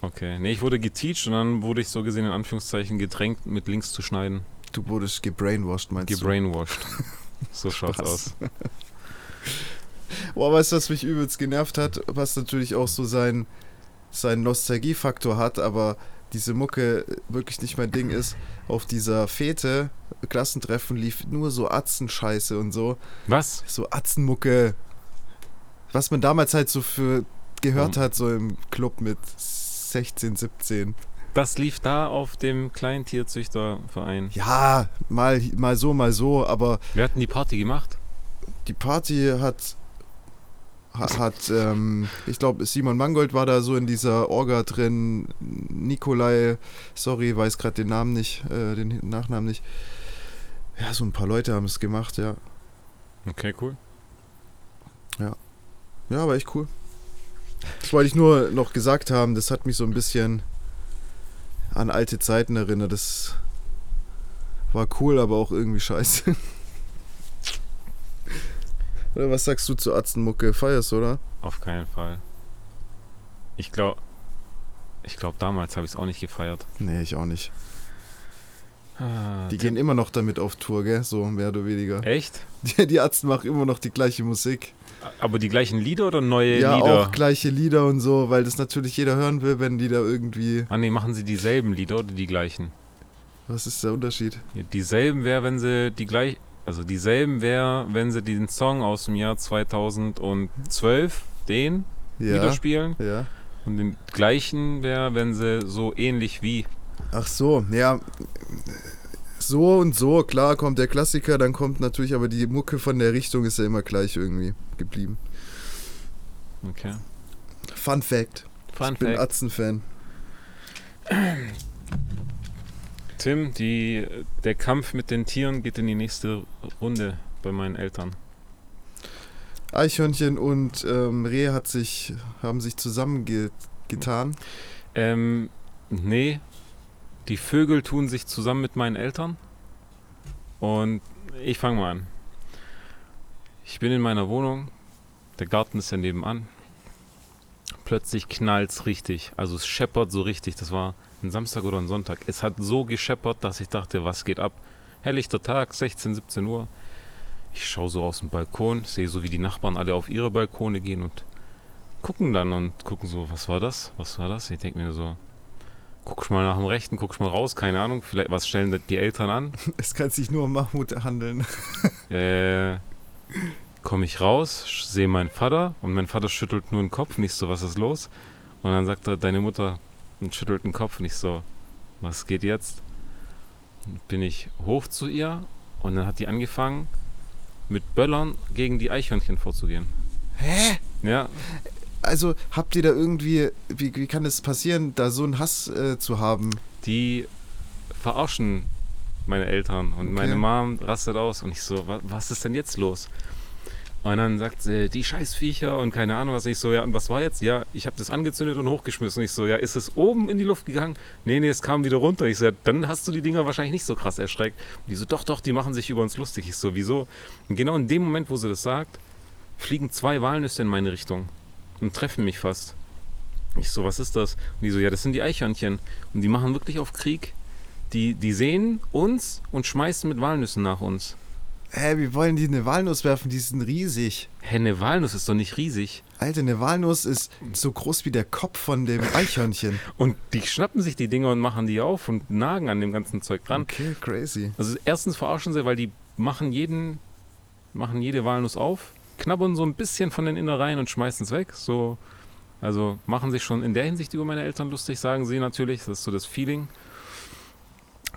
S1: Okay. Nee, ich wurde geteacht und dann wurde ich so gesehen in Anführungszeichen gedrängt, mit links zu schneiden.
S2: Du wurdest gebrainwashed, meinst
S1: Gebrainwashed. So schaut's
S2: Spaß.
S1: aus.
S2: du? Boah, weißt du, was mich übelst genervt hat? Was natürlich auch so sein, seinen Nostalgiefaktor hat, aber diese Mucke wirklich nicht mein Ding ist. Auf dieser Fete Klassentreffen lief nur so Atzenscheiße und so.
S1: Was?
S2: So Atzenmucke. Was man damals halt so für gehört hat, so im Club mit 16, 17.
S1: Das lief da auf dem Kleintierzüchterverein.
S2: Ja, mal, mal so, mal so, aber
S1: Wir hatten die Party gemacht.
S2: die Party hat. ha- Hat, ähm, ich glaube, Simon Mangold war da so in dieser Orga drin. Nikolai, sorry, weiß gerade den Namen nicht, äh, den Nachnamen nicht. Ja, so ein paar Leute haben es gemacht, ja.
S1: Okay, cool.
S2: Ja, war echt cool. Das wollte ich nur noch gesagt haben, das hat mich so ein bisschen an alte Zeiten erinnert. Das war cool, aber auch irgendwie scheiße. Oder was sagst du zu Atzenmucke? Feierst, du, oder?
S1: Auf keinen Fall. Ich glaube, ich glaube, damals habe ich es auch nicht gefeiert.
S2: Nee, ich auch nicht.
S1: Ah,
S2: Die gehen immer noch damit auf Tour, gell? So mehr oder weniger.
S1: echt?
S2: Die, die Atzen machen immer noch die gleiche Musik.
S1: Aber die gleichen Lieder oder neue
S2: ja,
S1: Lieder?
S2: auch gleiche Lieder und so, weil das natürlich jeder hören will, wenn die da irgendwie.
S1: Ah nee, machen sie dieselben Lieder oder die gleichen?
S2: Was ist der Unterschied?
S1: Ja, Dieselben wäre, wenn sie die gleich, also dieselben wäre, wenn sie den Song aus dem Jahr 2012, den wieder
S2: Ja.
S1: spielen.
S2: Ja.
S1: Und den gleichen wäre, wenn sie so ähnlich wie.
S2: Ach so, ja. So und so, klar kommt der Klassiker, dann kommt natürlich, aber die Mucke von der Richtung ist ja immer gleich irgendwie geblieben.
S1: Okay.
S2: Fun Fact.
S1: Fun
S2: Ich bin
S1: Fact.
S2: Atzen-Fan.
S1: Film, die, der Kampf mit den Tieren geht in die nächste Runde bei meinen Eltern.
S2: Eichhörnchen und ähm, Reh hat sich, haben sich zusammengetan.
S1: Ähm, nee, die Vögel tun sich zusammen mit meinen Eltern. Und ich fange mal an. Ich bin in meiner Wohnung, der Garten ist ja nebenan. Plötzlich knallt's richtig, also es scheppert so richtig. Das war ein Samstag oder ein Sonntag. Es hat so gescheppert, dass ich dachte, was geht ab? Helllichter Tag, 16, 17 Uhr. Ich schaue so aus dem Balkon, sehe so, wie die Nachbarn alle auf ihre Balkone gehen und gucken dann und gucken so, was war das? Was war das? Ich denke mir so, guckst mal nach dem Rechten, guckst mal raus, keine Ahnung, vielleicht was stellen die Eltern an?
S2: Es kann sich nur um Mahmoud handeln.
S1: Äh, komme ich raus, sehe meinen Vater und mein Vater schüttelt nur den Kopf, nicht so, was ist los? Und dann sagt er, deine Mutter und schüttelt den Kopf, nicht so, was geht jetzt? Bin ich hoch zu ihr und dann hat die angefangen, mit Böllern gegen die Eichhörnchen vorzugehen.
S2: Hä?
S1: Ja,
S2: Also habt ihr da irgendwie, wie, wie kann es passieren, da so einen Hass äh, zu haben?
S1: die verarschen meine Eltern und
S2: Okay.
S1: meine Mom rastet aus und ich so, was, was ist denn jetzt los? Und dann sagt sie, die Scheißviecher und keine Ahnung was. Ich so, ja, und was war jetzt? Ja, ich habe das angezündet und hochgeschmissen. Ich so, ja, ist es oben in die Luft gegangen? Nee, nee, es kam wieder runter. Ich so, ja, dann hast du die Dinger wahrscheinlich nicht so krass erschreckt. Und die so, doch, doch, die machen sich über uns lustig. Ich so, wieso? Und genau in dem Moment, wo sie das sagt, fliegen zwei Walnüsse in meine Richtung und treffen mich fast. Ich so, was ist das? Und die so, ja, das sind die Eichhörnchen. Und die machen wirklich auf Krieg. Die, die sehen uns und schmeißen mit Walnüssen nach uns.
S2: Hä, wie wollen die eine Walnuss werfen? Die sind riesig.
S1: Hä, eine Walnuss ist doch nicht riesig.
S2: Alter, eine Walnuss ist so groß wie der Kopf von dem Eichhörnchen.
S1: Und die schnappen sich die Dinger und machen die auf und nagen an dem ganzen Zeug dran.
S2: Okay, crazy.
S1: Also erstens verarschen sie, weil die machen jeden, machen jede Walnuss auf, knabbern so ein bisschen von den Innereien und schmeißen es weg. So, also machen sich schon in der Hinsicht über meine Eltern lustig, sagen sie natürlich. Das ist so das Feeling.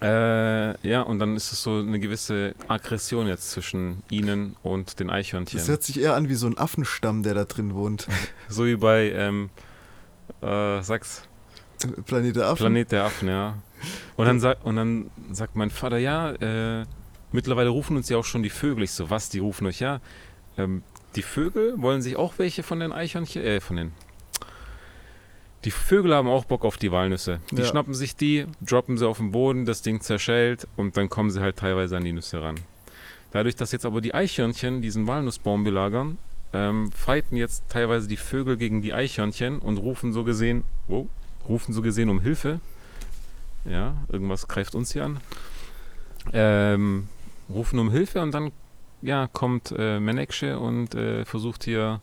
S1: Äh, ja, und dann ist es so eine gewisse Aggression jetzt zwischen ihnen und den Eichhörnchen.
S2: Das hört sich eher an wie so ein Affenstamm, der da drin wohnt.
S1: So wie bei, ähm, äh, sag's,
S2: Planet der Affen.
S1: Planet der Affen, ja. Und dann, sag, und dann sagt mein Vater, ja, äh, mittlerweile rufen uns ja auch schon die Vögel. Ich so, was, die rufen euch, ja. Ähm, die Vögel wollen sich auch welche von den Eichhörnchen, äh, von den... Die Vögel haben auch Bock auf die Walnüsse. Die
S2: Ja.
S1: schnappen sich die, droppen sie auf den Boden, das Ding zerschellt und dann kommen sie halt teilweise an die Nüsse ran. Dadurch, dass jetzt aber die Eichhörnchen diesen Walnussbaum belagern, ähm, fighten jetzt teilweise die Vögel gegen die Eichhörnchen und rufen so gesehen, oh, rufen so gesehen um Hilfe. Ja, irgendwas greift uns hier an. Ähm, rufen um Hilfe und dann ja, kommt äh, Menekche und äh, versucht hier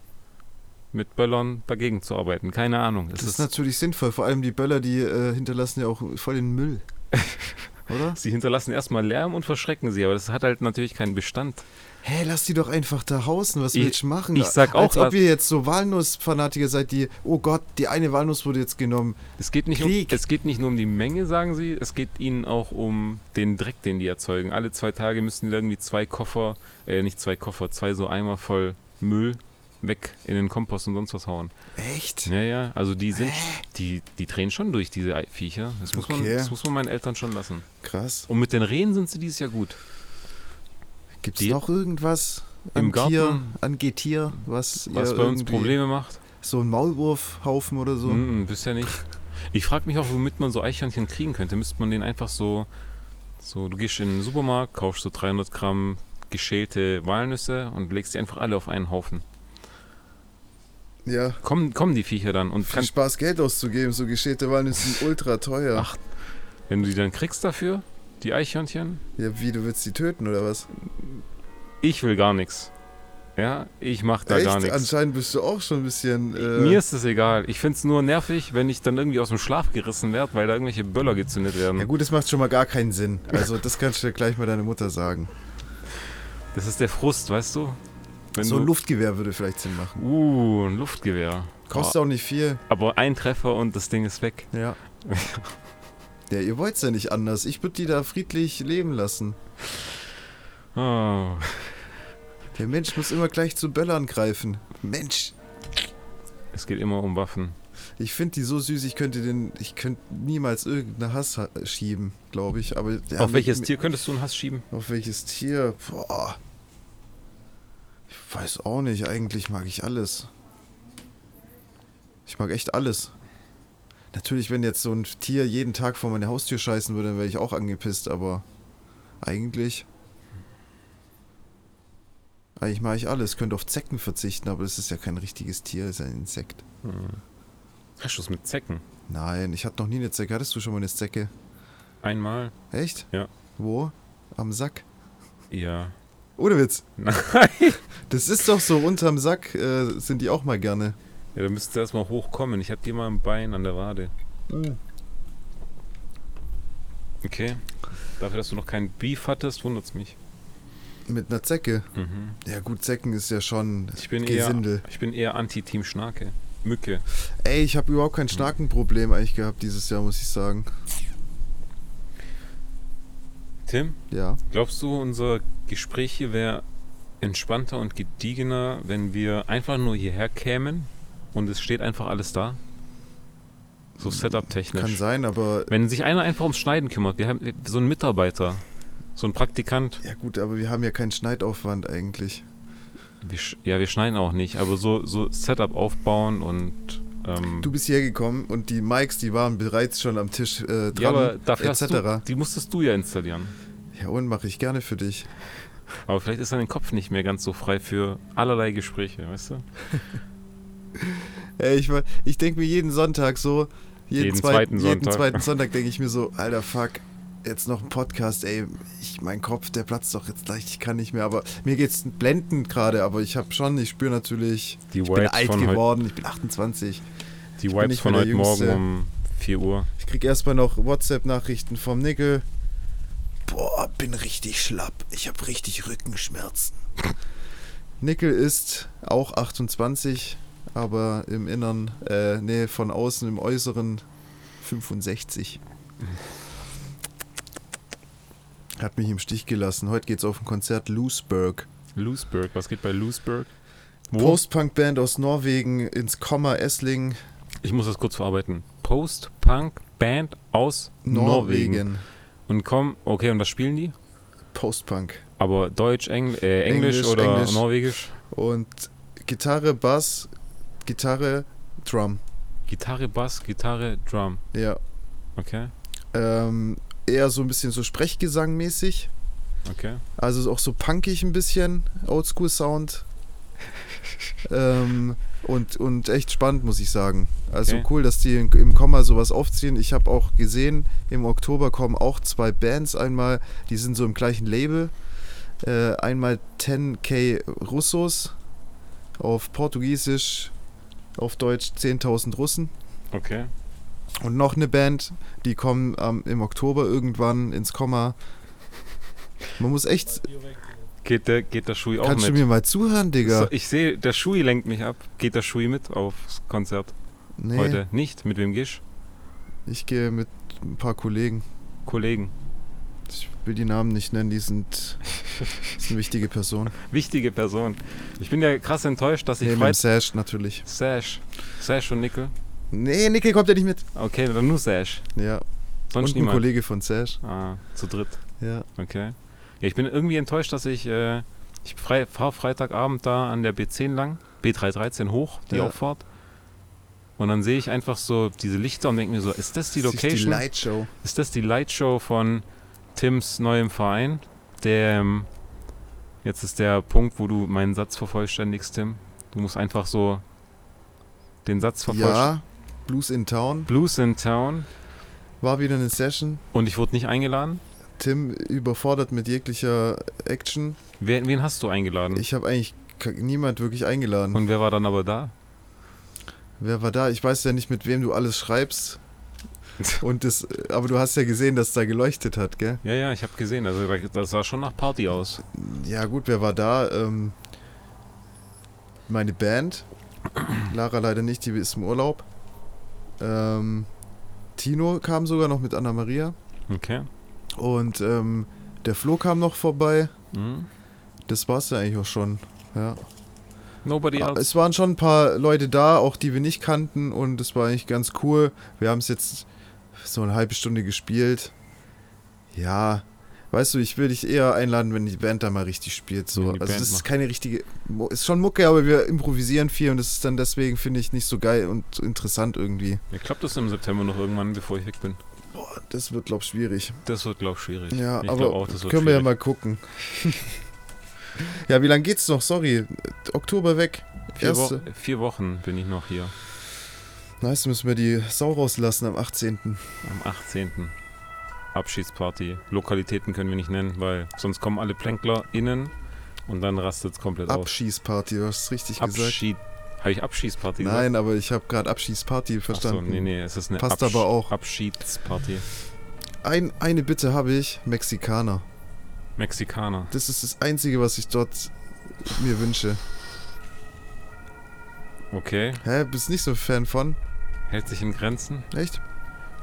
S1: mit Böllern dagegen zu arbeiten. Keine Ahnung. Es
S2: Das ist
S1: ist
S2: natürlich sinnvoll. Vor allem die Böller, die äh, hinterlassen ja auch voll den Müll. Oder?
S1: sie hinterlassen erstmal Lärm und verschrecken sie, aber das hat halt natürlich keinen Bestand.
S2: Hä, lass die doch einfach da hausen. Was
S1: Ich-
S2: willst du machen?
S1: ich sag
S2: Als
S1: auch,
S2: ob ihr jetzt so Walnuss-Fanatiker seid, die, oh Gott, die eine Walnuss wurde jetzt genommen.
S1: Es geht, nicht um,
S2: Krieg.
S1: es geht nicht nur um die Menge, sagen sie, es geht ihnen auch um den Dreck, den die erzeugen. Alle zwei Tage müssen die irgendwie zwei Koffer, äh, nicht zwei Koffer, zwei so Eimer voll Müll weg in den Kompost und sonst was hauen.
S2: Echt?
S1: Ja, ja, also die sind, die, die drehen schon durch, diese Ei- Viecher. Das muss, man,
S2: Okay.
S1: das muss man meinen Eltern schon lassen.
S2: Krass.
S1: Und mit den Rehen sind sie dieses Jahr gut.
S2: Gibt's
S1: Die-
S2: noch irgendwas
S1: Im
S2: an Tier,
S1: Garten?
S2: an Getier, was,
S1: Was
S2: ihr
S1: bei uns
S2: irgendwie-
S1: Probleme macht,
S2: So ein Maulwurfhaufen oder so?
S1: mm, bisher nicht. Ich frage mich auch, womit man so Eichhörnchen kriegen könnte. Müsste man den einfach so, so, du gehst in den Supermarkt, kaufst so 300 Gramm geschälte Walnüsse und legst die einfach alle auf einen Haufen.
S2: Ja.
S1: Kommen, kommen die Viecher dann und
S2: Viel
S1: kannst,
S2: Spaß, Geld auszugeben. So geschälte Walnüsse sind ultra teuer.
S1: Ach. wenn du die dann kriegst dafür, die Eichhörnchen,
S2: Ja, wie, du willst die töten oder was?
S1: ich will gar nichts. Ja, ich mach da gar nichts.
S2: Anscheinend bist du auch schon ein bisschen. Äh,
S1: Mir ist es egal. Ich finde es nur nervig, wenn ich dann irgendwie aus dem Schlaf gerissen werde, weil da irgendwelche Böller gezündet werden.
S2: ja gut, das macht schon mal gar keinen Sinn. Also das kannst du gleich mal deiner Mutter sagen.
S1: Das ist der Frust, weißt du? Wenn
S2: so ein
S1: du
S2: Luftgewehr würde vielleicht Sinn machen.
S1: uh, ein Luftgewehr.
S2: Kostet auch nicht viel.
S1: Aber ein Treffer und das Ding ist weg.
S2: Ja. Ja, ihr wollt's ja nicht anders. Ich würde die da friedlich leben lassen.
S1: Oh.
S2: Der Mensch muss immer gleich zu Böllern greifen. Mensch.
S1: Es geht immer um Waffen.
S2: Ich finde die so süß, ich könnte den, ich könnte niemals irgendeinen Hass ha- schieben, glaube ich. Aber ja,
S1: Auf
S2: mit-
S1: welches
S2: mit-
S1: Tier könntest du einen Hass schieben?
S2: Auf welches Tier? Boah. Ich weiß auch nicht. Eigentlich mag ich alles. Ich mag echt alles. Natürlich, wenn jetzt so ein Tier jeden Tag vor meine Haustür scheißen würde, dann wäre ich auch angepisst, aber eigentlich. Eigentlich mag ich alles. Könnte auf Zecken verzichten, aber das ist ja kein richtiges Tier, ist ein Insekt.
S1: Hast du es mit Zecken?
S2: Nein, ich hatte noch nie eine Zecke. Hattest du schon mal eine Zecke?
S1: Einmal?
S2: Echt?
S1: Ja.
S2: Wo? Am Sack.
S1: Ja.
S2: Ohne Witz.
S1: Nein.
S2: Das ist doch so, unterm Sack äh, sind die auch mal gerne.
S1: Ja, da müsstest du erstmal hochkommen. Ich hab die mal am Bein an der Wade.
S2: Mm.
S1: Okay. Dafür, dass du noch kein Beef hattest, wundert's mich.
S2: Mit einer Zecke.
S1: Mhm.
S2: Ja gut, Zecken ist ja schon
S1: Ich bin
S2: Gesindel.
S1: eher, ich bin eher Anti-Team Schnake. Mücke.
S2: Ey, ich habe überhaupt kein Schnakenproblem eigentlich gehabt dieses Jahr, muss ich sagen.
S1: Tim,
S2: Ja.
S1: glaubst du, unser Gespräch hier wäre entspannter und gediegener, wenn wir einfach nur hierher kämen und es steht einfach alles da? So
S2: Kann
S1: Setup-technisch.
S2: sein, aber...
S1: Wenn sich einer einfach ums Schneiden kümmert, wir haben so einen Mitarbeiter, so einen Praktikant.
S2: Ja gut, aber wir haben ja keinen Schneidaufwand eigentlich.
S1: Wir sch ja, wir schneiden auch nicht, aber so, so Setup aufbauen und. Ähm,
S2: Du bist hergekommen und die Mikes, die waren bereits schon am Tisch äh, dran.
S1: ja, aber dafür
S2: etc.
S1: hast du, die musstest du ja installieren.
S2: ja, und mache ich gerne für dich.
S1: Aber vielleicht ist dein Kopf nicht mehr ganz so frei für allerlei Gespräche, weißt du?
S2: Ey, ich, war- ich denke mir jeden Sonntag so, jeden,
S1: Jeden
S2: zweiten,
S1: zweiten
S2: jeden
S1: Sonntag.
S2: zweiten Sonntag denke ich mir so, alter Fuck, jetzt noch ein Podcast, ey, ich, mein Kopf, der platzt doch jetzt gleich, ich kann nicht mehr, aber mir geht's blendend gerade, aber ich habe schon, ich spüre natürlich,
S1: Die
S2: ich bin
S1: Vibes
S2: alt
S1: von heut-
S2: geworden, ich bin 28.
S1: Die
S2: bin
S1: Wipes
S2: nicht
S1: von
S2: mehr
S1: heute
S2: der
S1: Morgen
S2: Jüngste.
S1: um 4 Uhr.
S2: Ich krieg erstmal noch WhatsApp-Nachrichten vom Nickel. Boah, bin richtig schlapp, ich habe richtig Rückenschmerzen. Nickel ist auch 28, aber im Innern, äh, nee, von außen, im Äußeren 65. Hat mich im Stich gelassen. Heute geht's auf ein Konzert Loosburg.
S1: Loosburg, was geht bei Loosburg? Wo?
S2: Post-Punk-Band aus Norwegen ins Komma Esslingen,
S1: ich muss das kurz verarbeiten. Post-Punk-Band aus Norwegen.
S2: Norwegen.
S1: Und komm, okay, und was spielen die?
S2: Post-Punk.
S1: Aber Deutsch, Engl äh, Englisch,
S2: Englisch,
S1: oder
S2: Englisch.
S1: Norwegisch?
S2: Und Gitarre, Bass, Gitarre, Drum.
S1: Gitarre, Bass, Gitarre, Drum.
S2: Ja.
S1: Okay,
S2: Ähm, eher so ein bisschen so Sprechgesang-mäßig.
S1: okay.
S2: Also ist auch so punkig ein bisschen, Oldschool-Sound. ähm, und, und echt spannend, muss ich sagen. Also
S1: Okay.
S2: cool, dass die in, im Komma sowas aufziehen. Ich habe auch gesehen, im Oktober kommen auch zwei Bands einmal, die sind so im gleichen Label. Äh, einmal 10k Russos auf Portugiesisch, auf Deutsch 10.000 Russen.
S1: Okay.
S2: Und noch eine Band, die kommen ähm, im Oktober irgendwann ins Komma. Man muss echt
S1: Geht der, geht der Schui auch
S2: Kannst
S1: mit?
S2: du mir mal zuhören, Digga?
S1: So, ich sehe, der Schui lenkt mich ab. Geht der Schui mit aufs Konzert
S2: nee,
S1: heute? Nicht? Mit wem gehst
S2: ich gehe mit ein paar Kollegen.
S1: Kollegen.
S2: Ich will die Namen nicht nennen, die sind, sind eine wichtige Person.
S1: Wichtige Person. Ich bin ja krass enttäuscht, dass ich
S2: Neben dem
S1: Freitag...
S2: Sash natürlich.
S1: Sash. Sash und Nickel.
S2: Nee, Nickel kommt ja nicht mit.
S1: Okay, dann nur Sash.
S2: Ja,
S1: Sonst
S2: und ein
S1: niemand.
S2: Kollege von Sash.
S1: Ah, zu dritt.
S2: Ja.
S1: Okay. Ja, ich bin irgendwie enttäuscht, dass ich... Äh, ich frei, fahre Freitagabend da an der B10 lang. B313 hoch, die
S2: Ja.
S1: Auffahrt. Und dann sehe ich einfach so diese Lichter und denke mir so, ist das die
S2: Das ist
S1: Location?
S2: Die Lightshow.
S1: Ist das die Lightshow von Tims neuem Verein? Der, ähm, jetzt ist der Punkt, wo du meinen Satz vervollständigst, Tim. Du musst einfach so den Satz vervollständigen.
S2: Ja, Blues in Town.
S1: Blues in Town.
S2: War wieder eine Session.
S1: Und ich wurde nicht eingeladen.
S2: Tim überfordert mit jeglicher Action.
S1: Wer, wen hast du eingeladen?
S2: Ich habe eigentlich k- niemand wirklich eingeladen.
S1: Hm. Und wer war dann aber da?
S2: Wer war da? Ich weiß ja nicht, mit wem du alles schreibst. Und das, aber du hast ja gesehen, dass da geleuchtet hat, gell?
S1: Ja, ja, ich habe gesehen. Also das sah schon nach Party aus.
S2: Ja gut, wer war da? Ähm, meine Band. Lara leider nicht, die ist im Urlaub. Ähm, Tino kam sogar noch mit Anna-Maria.
S1: Okay.
S2: Und ähm, der Flo kam noch vorbei.
S1: Mhm.
S2: Das war's ja eigentlich auch schon. Ja.
S1: Nobody
S2: Ah,
S1: else.
S2: Es waren schon ein paar Leute da, auch die wir nicht kannten und es war eigentlich ganz cool. Wir haben es jetzt so eine halbe Stunde gespielt. Ja, weißt du, ich würde dich eher einladen, wenn die Band da mal richtig spielt. So.
S1: Wenn die
S2: Also das
S1: Band
S2: ist
S1: macht.
S2: keine richtige, Mu- ist schon Mucke, aber wir improvisieren viel und das ist dann deswegen, finde ich, nicht so geil und interessant irgendwie.
S1: Mir klappt das im September noch irgendwann, bevor ich weg bin.
S2: Boah, das wird, glaube ich, schwierig.
S1: Das wird, glaube ich, schwierig.
S2: Ja,
S1: ich
S2: aber
S1: glaub auch, das wird
S2: können wir ja
S1: schwierig.
S2: mal gucken. ja, wie lange geht's noch? Sorry, Oktober weg.
S1: vier,
S2: erste-
S1: Wo vier Wochen bin ich noch hier.
S2: Nice, müssen wir die Sau rauslassen am 18.
S1: Am 18. Abschiedsparty. Lokalitäten können wir nicht nennen, weil sonst kommen alle PlänklerInnen und dann rastet es komplett aus.
S2: Abschießparty, du hast es richtig gesagt.
S1: Abschied. Habe ich Abschiedsparty gesagt?
S2: Nein, aber ich habe gerade Abschießparty verstanden.
S1: Achso, nee, nee, es ist eine
S2: Passt aber auch.
S1: Abschiedsparty.
S2: Ein, eine Bitte habe ich, Mexikaner.
S1: Mexikaner.
S2: Das ist das Einzige, was ich dort mir wünsche.
S1: Okay,
S2: Hä, bist nicht so ein Fan von?
S1: hält sich in Grenzen.
S2: Echt?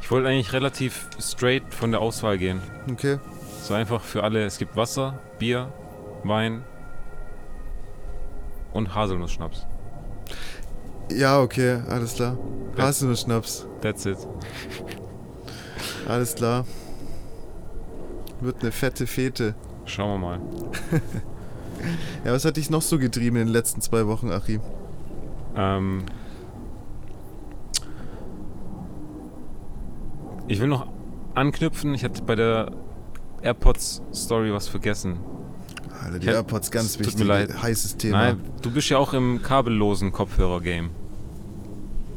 S1: Ich wollte eigentlich relativ straight von der Auswahl gehen.
S2: Okay.
S1: So einfach für alle. Es gibt Wasser, Bier, Wein und Haselnussschnaps.
S2: Ja, okay, alles klar.
S1: Ja.
S2: Hast du nur Schnaps?
S1: That's it.
S2: Alles klar. Wird eine fette Fete.
S1: Schauen wir mal.
S2: Ja, was hat dich noch so getrieben in den letzten zwei Wochen, Achim?
S1: Ähm ich will noch anknüpfen. Ich hatte bei der AirPods Story was vergessen.
S2: Alter, die
S1: Ja,
S2: AirPods, ganz
S1: es tut
S2: wichtig.
S1: mir leid.
S2: Heißes Thema.
S1: Nein, du bist ja auch im kabellosen Kopfhörer-Game.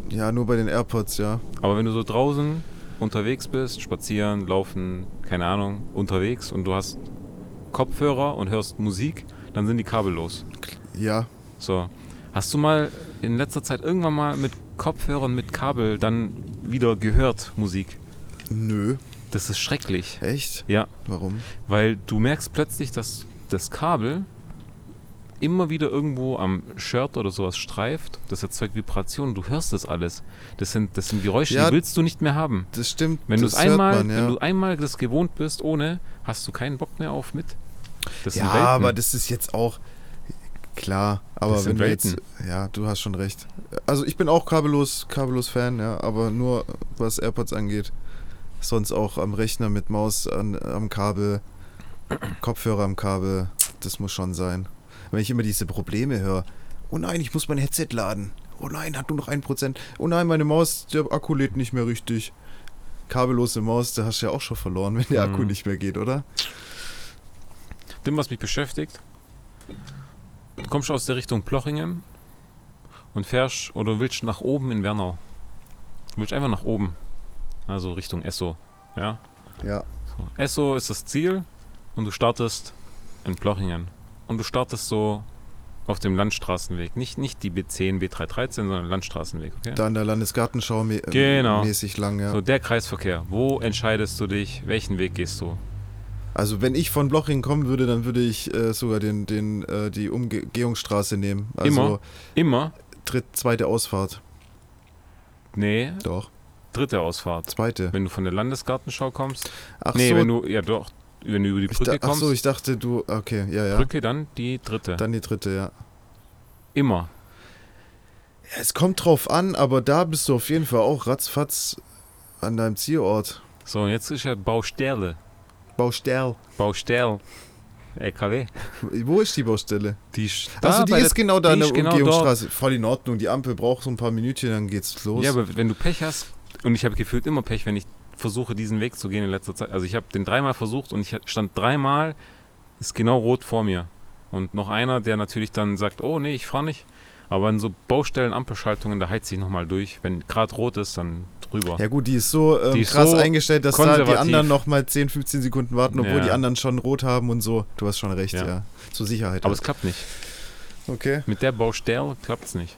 S2: Ja, nur bei den AirPods, ja.
S1: Aber wenn du so draußen unterwegs bist, spazieren, laufen, keine Ahnung, unterwegs und du hast Kopfhörer und hörst Musik, dann sind die kabellos.
S2: Ja,
S1: So. Hast du mal in letzter Zeit irgendwann mal mit Kopfhörern mit Kabel dann wieder gehört Musik?
S2: nö.
S1: Das ist schrecklich.
S2: Echt?
S1: Ja,
S2: Warum?
S1: weil du merkst plötzlich, dass das Kabel immer wieder irgendwo am Shirt oder sowas streift. Das erzeugt Vibrationen. Du hörst das alles. Das sind, das sind Geräusche,
S2: Ja.
S1: die willst du nicht mehr haben.
S2: Das stimmt.
S1: Wenn, du
S2: das
S1: es
S2: hört
S1: einmal,
S2: man,
S1: wenn du einmal das gewohnt bist ohne, hast du keinen Bock mehr auf mit. Das
S2: ja,
S1: sind Welten.
S2: aber das ist jetzt auch klar. Aber
S1: Das
S2: wenn
S1: sind
S2: wir jetzt, ja, du hast schon recht. Also ich bin auch kabellos, kabellos Fan, ja, aber nur was AirPods angeht. Sonst auch am Rechner mit Maus an, am Kabel, Kopfhörer am Kabel. Das muss schon sein. Wenn ich immer diese Probleme höre. Oh nein, ich muss mein Headset laden. Oh nein, hat nur noch 1%. Oh nein, meine Maus, der Akku lädt nicht mehr richtig. Kabellose Maus, da hast du ja auch schon verloren, wenn der Akku
S1: Mhm.
S2: nicht mehr geht, oder?
S1: Dem, was mich beschäftigt, du kommst aus der Richtung Plochingen und fährst oder willst nach oben in Wernau. Du willst einfach nach oben. Also Richtung Esso. Ja?
S2: Ja.
S1: So. Esso ist das Ziel und du startest in Plochingen. Und du startest so auf dem Landstraßenweg. Nicht, nicht die B10, B313, sondern Landstraßenweg, okay?
S2: Da in der Landesgartenschau mä äh,
S1: Genau.
S2: mäßig lang, ja.
S1: So, der Kreisverkehr. Wo entscheidest du dich? Welchen Weg gehst du?
S2: Also wenn ich von Bloching kommen würde, dann würde ich äh, sogar den, den, äh, die Umgehungsstraße nehmen. Also
S1: Immer? Immer?
S2: dritt, zweite Ausfahrt.
S1: Nee,
S2: Doch,
S1: dritte Ausfahrt.
S2: zweite.
S1: Wenn du von der Landesgartenschau kommst.
S2: Ach
S1: nee,
S2: so,
S1: wenn du, ja doch, wenn du über die
S2: ich
S1: Brücke
S2: da, ach
S1: kommst.
S2: so, ich dachte, du, okay, ja, ja.
S1: Brücke, dann die dritte.
S2: Dann die dritte, ja.
S1: Immer.
S2: ja. Es kommt drauf an, aber da bist du auf jeden Fall auch ratzfatz an deinem Zielort.
S1: So, und jetzt ist ja Baustelle.
S2: Baustelle.
S1: Baustelle. LKW.
S2: Wo ist die Baustelle?
S1: Die ist,
S2: also die
S1: bei
S2: ist genau da
S1: die
S2: in der
S1: ist genau
S2: Umgehungsstraße. Voll in Ordnung, die Ampel braucht so ein paar Minütchen, dann geht's los.
S1: Ja, aber wenn du Pech hast, und ich habe gefühlt immer Pech, wenn ich versuche, diesen Weg zu gehen in letzter Zeit. Also ich habe den dreimal versucht und ich stand dreimal, ist genau rot vor mir. Und noch einer, der natürlich dann sagt, oh nee, ich fahre nicht. Aber in so Baustellen, Ampelschaltungen, da heizt sich nochmal durch. Wenn gerade rot ist, dann drüber.
S2: Ja gut, die ist so ähm,
S1: Die ist
S2: krass
S1: so
S2: eingestellt, dass da die
S1: konservativ.
S2: anderen nochmal 10, 15 Sekunden warten, obwohl
S1: Ja.
S2: die anderen schon rot haben und so. Du hast schon recht, ja.
S1: Ja.
S2: Zur Sicherheit.
S1: Aber
S2: halt.
S1: es klappt nicht.
S2: okay.
S1: Mit der Baustelle klappt es nicht.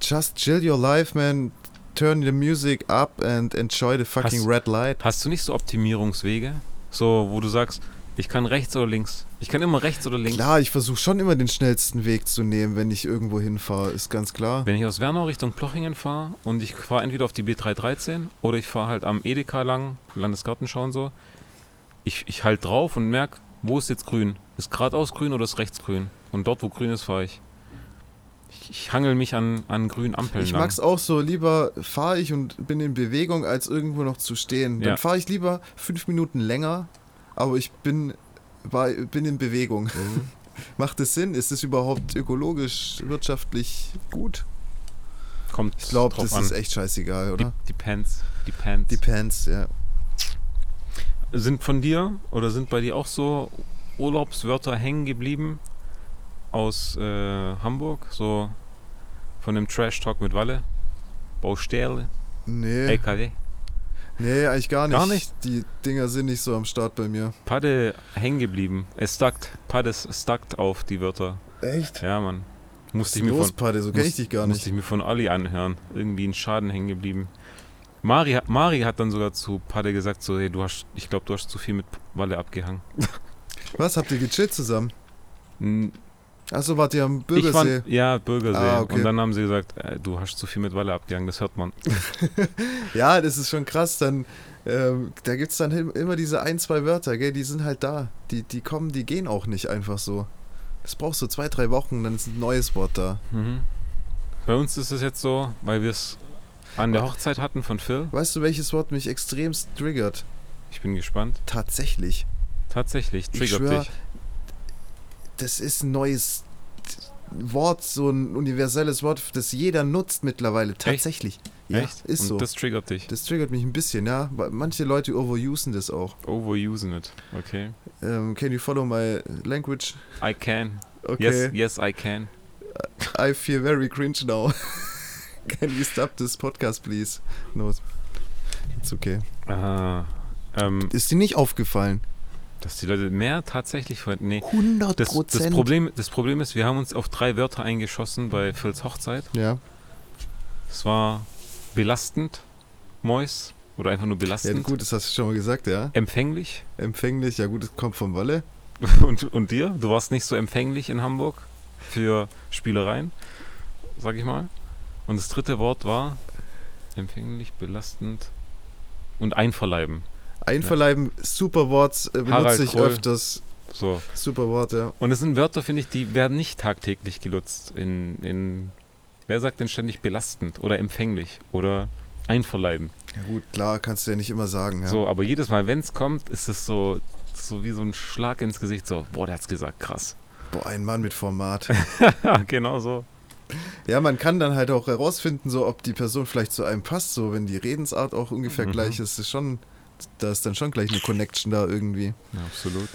S2: Just chill your life, man. Turn the music up and enjoy the fucking
S1: Hast-
S2: red light.
S1: Hast du nicht so Optimierungswege? So, wo du sagst, ich kann rechts oder links. Ich kann immer rechts oder links.
S2: Klar, ich versuche schon immer den schnellsten Weg zu nehmen, wenn ich irgendwo hinfahre, ist ganz klar.
S1: Wenn ich aus Wernau Richtung Plochingen fahre und ich fahre entweder auf die B313 oder ich fahre halt am Edeka lang, Landesgartenschau und so, ich, ich halt drauf und merke, wo ist jetzt grün? Ist geradeaus grün oder ist rechts grün? Und dort, wo grün ist, fahre ich. Ich, ich hangel mich an, an grünen Ampeln.
S2: Ich
S1: lang.
S2: mag's auch so, lieber fahre ich und bin in Bewegung, als irgendwo noch zu stehen. Dann
S1: Ja.
S2: fahre ich lieber fünf Minuten länger, aber ich bin, bei, bin in Bewegung. Macht es Sinn? Ist es überhaupt ökologisch, wirtschaftlich gut?
S1: Kommt
S2: Ich glaube,
S1: drauf
S2: das
S1: an.
S2: ist echt ne? scheißegal, oder?
S1: Die, die Pants, die Pants.
S2: Die Pants, ja.
S1: sind von dir oder sind bei dir auch so Urlaubswörter hängen geblieben aus äh, Hamburg? So von dem Trash Talk mit Walle? Baustelle,
S2: Nee,
S1: LKW.
S2: nee, eigentlich gar nicht.
S1: Gar nicht?
S2: Die Dinger sind nicht so am Start bei mir.
S1: Padde hängen geblieben. Es stackt. Paddes stackt auf die Wörter.
S2: Echt?
S1: Ja, Mann. Musste ich mir von,
S2: Los, Padde, so kenne ich dich gar
S1: musste
S2: nicht.
S1: ich mir von Ali anhören. Irgendwie ein Schaden hängen geblieben. Mari, hat- Mari hat dann sogar zu Padde gesagt, so, hey, du hast, ich glaube, du hast zu viel mit Walle abgehangen.
S2: Was, habt ihr gechillt zusammen?
S1: N-
S2: Achso, wart ihr am
S1: Ich
S2: Bürgersee?
S1: fand, ja, Bürgersee.
S2: Ah, okay.
S1: Und dann haben sie gesagt, äh, du hast zu viel mit Walle abgegangen, das hört man.
S2: Ja, das ist schon krass. Dann, ähm, da gibt es dann im- immer diese ein, zwei Wörter, gell? die sind halt da. Die, die kommen, die gehen auch nicht einfach so. Das brauchst du zwei, drei Wochen, dann ist ein neues Wort da.
S1: Mhm. Bei uns ist es jetzt so, weil wir es an der Hochzeit hatten von Phil.
S2: Weißt du, welches Wort mich extremst triggert?
S1: Ich bin gespannt.
S2: Tatsächlich.
S1: Tatsächlich,
S2: Ich
S1: triggert
S2: schwör,
S1: dich.
S2: Das ist ein neues Wort, so ein universelles Wort, das jeder nutzt mittlerweile. Tatsächlich. Ja,
S1: Echt?
S2: ist
S1: Und
S2: so. Das,
S1: das triggert dich.
S2: triggert mich ein bisschen, ja. Weil Manche Leute overusen das auch.
S1: Overusing it. Okay.
S2: Ähm, can you follow my language?
S1: I can.
S2: Okay.
S1: Yes, yes, I can.
S2: I feel very cringe now. Can you stop this podcast, please? No. It's okay.
S1: Ah, ähm,
S2: Ist dir nicht aufgefallen?
S1: dass die Leute mehr tatsächlich verwenden. Nee.
S2: 100
S1: Das, das, Problem, das Problem ist, wir haben uns auf drei Wörter eingeschossen bei Phils Hochzeit.
S2: Ja.
S1: Es war belastend, Mois, oder einfach nur
S2: ja,
S1: belastend.
S2: gut, das hast du schon mal gesagt, ja.
S1: empfänglich.
S2: Empfänglich, ja gut, das kommt vom Walle.
S1: Und, und dir? Du warst nicht so empfänglich in Hamburg für Spielereien, sag ich mal. Und das dritte Wort war empfänglich, belastend und einverleiben.
S2: Einverleiben, super Wort, äh,
S1: Harald
S2: benutze ich
S1: Kroll.
S2: öfters.
S1: So.
S2: Super Wort, ja.
S1: Und es sind Wörter, finde ich, die werden nicht tagtäglich genutzt in, in wer sagt denn ständig belastend oder empfänglich oder einverleiben?
S2: Ja gut, klar, kannst du ja nicht immer sagen, ja.
S1: So, aber jedes Mal, wenn es kommt, ist es so, so wie so ein Schlag ins Gesicht, so, boah, der hat's gesagt, krass.
S2: Boah, ein Mann mit Format.
S1: genau so.
S2: ja, man kann dann halt auch herausfinden, so ob die Person vielleicht zu einem passt, so wenn die Redensart auch ungefähr
S1: Mhm.
S2: gleich ist, ist schon, da ist dann schon gleich eine Connection da irgendwie.
S1: Ja, absolut.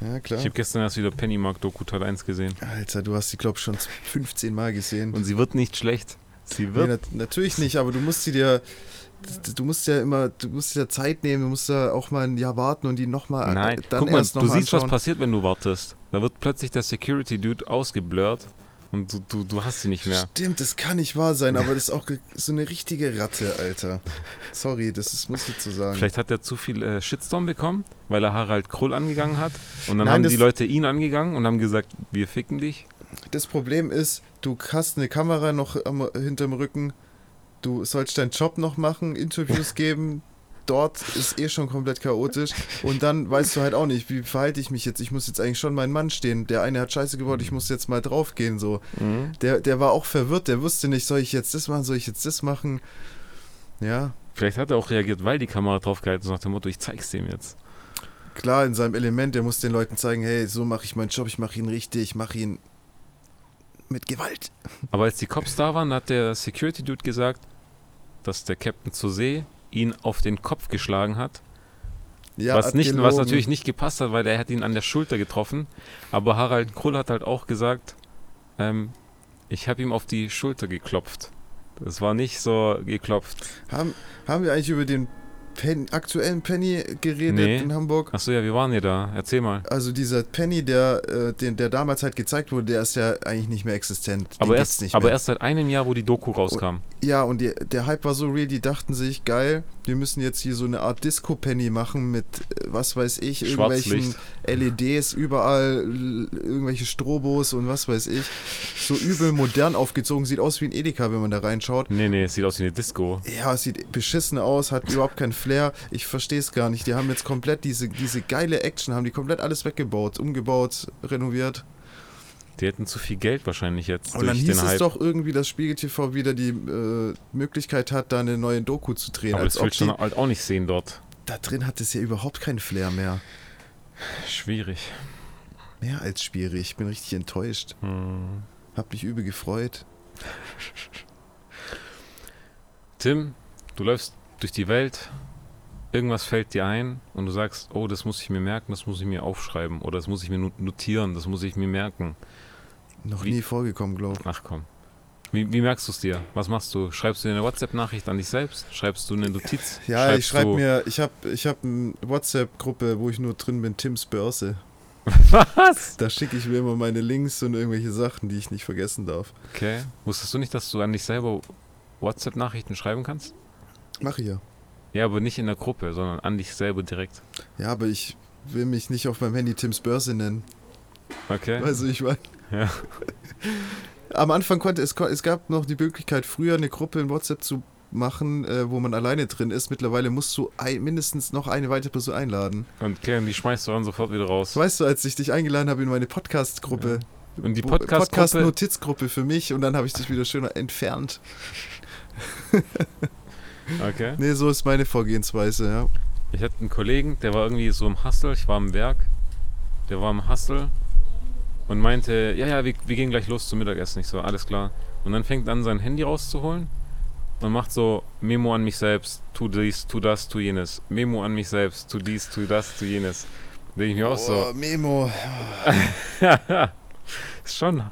S2: Ja, klar.
S1: Ich habe gestern erst wieder Pennymark Doku Teil 1 gesehen.
S2: Alter, du hast die, glaube ich, schon 15 Mal gesehen.
S1: Und sie wird nicht schlecht. Sie
S2: nee,
S1: wird.
S2: nat natürlich nicht, aber du musst sie dir, du musst ja immer, du musst dir Zeit nehmen, du musst ja auch mal ein Jahr warten und die nochmal,
S1: Nein,
S2: ah, dann
S1: guck mal,
S2: erst noch
S1: du
S2: mal
S1: siehst, was
S2: anschauen.
S1: passiert, wenn du wartest. Da wird plötzlich der Security-Dude ausgeblurrt und du, du, du hast sie nicht mehr.
S2: Stimmt, das kann nicht wahr sein, aber das ist auch ge- so eine richtige Ratte, Alter. Sorry, das ist, muss ich zu sagen.
S1: Vielleicht hat er zu viel äh, Shitstorm bekommen, weil er Harald Krull angegangen hat. Und dann
S2: Nein,
S1: haben
S2: das-
S1: die Leute ihn angegangen und haben gesagt, wir ficken dich.
S2: Das Problem ist, du hast eine Kamera noch am, hinterm Rücken, du sollst deinen Job noch machen, Interviews geben. Dort ist eh schon komplett chaotisch und dann weißt du halt auch nicht, wie verhalte ich mich jetzt? Ich muss jetzt eigentlich schon meinen Mann stehen. Der eine hat Scheiße gebaut, ich muss jetzt mal draufgehen so.
S1: Mhm.
S2: Der, der war auch verwirrt, der wusste nicht, soll ich jetzt das machen, soll ich jetzt das machen? Ja,
S1: Vielleicht hat er auch reagiert, weil die Kamera draufgehalten ist, nach dem Motto, ich zeig's dem jetzt.
S2: klar in seinem Element, der muss den Leuten zeigen, hey, so mache ich meinen Job, ich mache ihn richtig, ich mache ihn mit Gewalt.
S1: Aber als die Cops da waren, hat der Security-Dude gesagt, dass der Captain zur See ihn auf den Kopf geschlagen hat.
S2: Ja,
S1: was,
S2: hat
S1: nicht, was
S2: gelogen.
S1: natürlich nicht gepasst hat, weil er hat ihn an der Schulter getroffen. Aber Harald Krull hat halt auch gesagt, ähm, ich habe ihm auf die Schulter geklopft. Das war nicht so geklopft.
S2: Haben, haben wir eigentlich über den Pen, aktuellen Penny geredet
S1: Nee.
S2: in Hamburg?
S1: Achso, ja, wir waren ja da. Erzähl mal.
S2: Also dieser Penny, der, äh, den, der damals halt gezeigt wurde, der ist ja eigentlich nicht mehr existent. Den
S1: Aber
S2: gibt's
S1: erst,
S2: nicht
S1: aber
S2: mehr. Oh.
S1: erst seit einem Jahr, wo die Doku rauskam.
S2: ja, und die, der Hype war so real, die dachten sich, geil, wir müssen jetzt hier so eine Art Disco-Penny machen mit, äh, was weiß ich, irgendwelchen LEDs überall, l- irgendwelche Strobos und was weiß ich. So übel modern aufgezogen, sieht aus wie ein Edeka, wenn man da reinschaut.
S1: Nee, nee, es sieht aus wie eine Disco.
S2: Ja, es sieht beschissen aus, hat überhaupt keinen Flair. Ich verstehe es gar nicht. Die haben jetzt komplett diese, diese geile Action, haben die komplett alles weggebaut, umgebaut, renoviert.
S1: Die hätten zu viel Geld wahrscheinlich jetzt
S2: Und dann hieß es doch irgendwie, dass Spiegel TV wieder die äh, Möglichkeit hat, da eine neue Doku zu drehen.
S1: Aber
S2: Als
S1: das
S2: ob
S1: willst du
S2: die-
S1: dann halt auch nicht sehen dort.
S2: da drin hat es ja überhaupt keinen Flair mehr.
S1: Schwierig.
S2: Mehr als schwierig. Ich bin richtig enttäuscht.
S1: Hm.
S2: Hab mich übel gefreut.
S1: Tim, du läufst durch die Welt, irgendwas fällt dir ein und du sagst, oh, das muss ich mir merken, das muss ich mir aufschreiben oder das muss ich mir not- notieren, das muss ich mir merken.
S2: Noch
S1: Wie-
S2: nie vorgekommen, glaube
S1: Ach komm. Wie, wie merkst du es dir? Was machst du? Schreibst du dir eine WhatsApp-Nachricht an dich selbst? Schreibst du eine Notiz?
S2: ich. Ja,
S1: Schreibst
S2: ich schreibe
S1: du-
S2: mir, ich habe ich hab eine WhatsApp-Gruppe, wo ich nur drin bin, Tims Börse.
S1: Was?
S2: Da schicke ich mir immer meine Links und irgendwelche Sachen, die ich nicht vergessen darf.
S1: Okay. Wusstest du nicht, dass du an dich selber WhatsApp-Nachrichten schreiben kannst?
S2: Mach ich ja.
S1: Ja, aber nicht in der Gruppe, sondern an dich selber direkt.
S2: Ja, aber ich will mich nicht auf meinem Handy Tims Börse nennen.
S1: Okay.
S2: Weißt du, ich meine.
S1: Ja.
S2: Am Anfang konnte es, es gab noch die Möglichkeit, früher eine Gruppe in WhatsApp zu machen, äh, wo man alleine drin ist. Mittlerweile musst du ein, mindestens noch eine weitere Person einladen.
S1: Und okay, und die schmeißt du dann sofort wieder raus.
S2: Das weißt du, als ich dich eingeladen habe in meine Podcast-Gruppe.
S1: Und die
S2: Bo-
S1: Podcast-Gruppe.
S2: Podcast-Notizgruppe für mich und dann habe ich dich wieder schön entfernt.
S1: okay.
S2: Nee, so ist meine Vorgehensweise, ja.
S1: Ich hatte einen Kollegen, der war irgendwie so im Hustle, ich war im Werk, der war im Hustle und meinte, ja, ja, wir, wir gehen gleich los zum Mittagessen. Ich so, alles klar. Und dann fängt an, sein Handy rauszuholen und macht so Memo an mich selbst, tu dies, tu das, tu jenes. Memo an mich selbst, tu dies, tu das, tu jenes. Denke ich mir auch so.
S2: Oh, Memo.
S1: Ist schon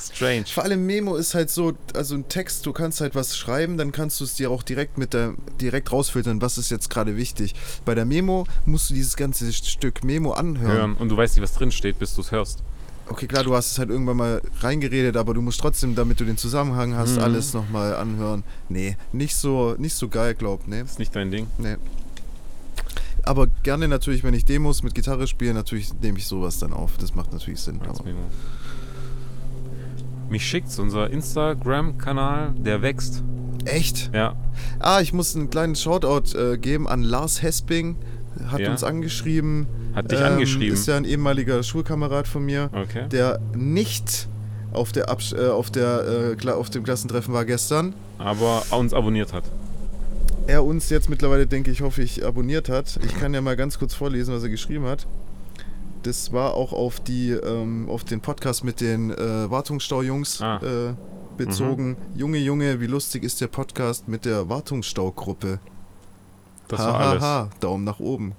S1: strange.
S2: Vor allem Memo ist halt so, also ein Text, du kannst halt was schreiben, dann kannst du es dir auch direkt mit der, direkt rausfiltern, was ist jetzt gerade wichtig. Bei der Memo musst du dieses ganze Stück Memo anhören.
S1: Hören. Und du weißt nicht, was drin steht, bis du es hörst.
S2: Okay, klar, du hast es halt irgendwann mal reingeredet, aber du musst trotzdem, damit du den Zusammenhang hast,
S1: Mhm.
S2: alles nochmal anhören. Nee, nicht so, nicht so geil, glaub, nee.
S1: Ist nicht dein Ding.
S2: Nee. Aber gerne natürlich, wenn ich Demos mit Gitarre spiele, natürlich nehme ich sowas dann auf. Das macht natürlich Sinn.
S1: Als
S2: Aber.
S1: Memo. Mich schickt's, unser Instagram-Kanal, der wächst.
S2: Echt?
S1: Ja,
S2: Ah, ich muss einen kleinen Shoutout äh, geben an Lars Hesping. Hat
S1: Ja.
S2: uns angeschrieben.
S1: Hat dich angeschrieben?
S2: Ähm, Ist ja ein ehemaliger Schulkamerad von mir,
S1: okay.
S2: der nicht auf, der Absch äh, auf, der, äh, Kla- auf dem Klassentreffen war gestern.
S1: aber uns abonniert hat.
S2: Er uns jetzt mittlerweile, denke ich, hoffe ich, abonniert hat. Ich kann ja mal ganz kurz vorlesen, was er geschrieben hat. Das war auch auf, die, ähm, auf den Podcast mit den äh, Wartungsstau-Jungs
S1: Ah. Mhm.
S2: äh, bezogen. Junge, Junge, wie lustig ist der Podcast mit der Wartungsstaugruppe?
S1: Das
S2: ha,
S1: war
S2: ha,
S1: alles.
S2: ha, Daumen nach oben.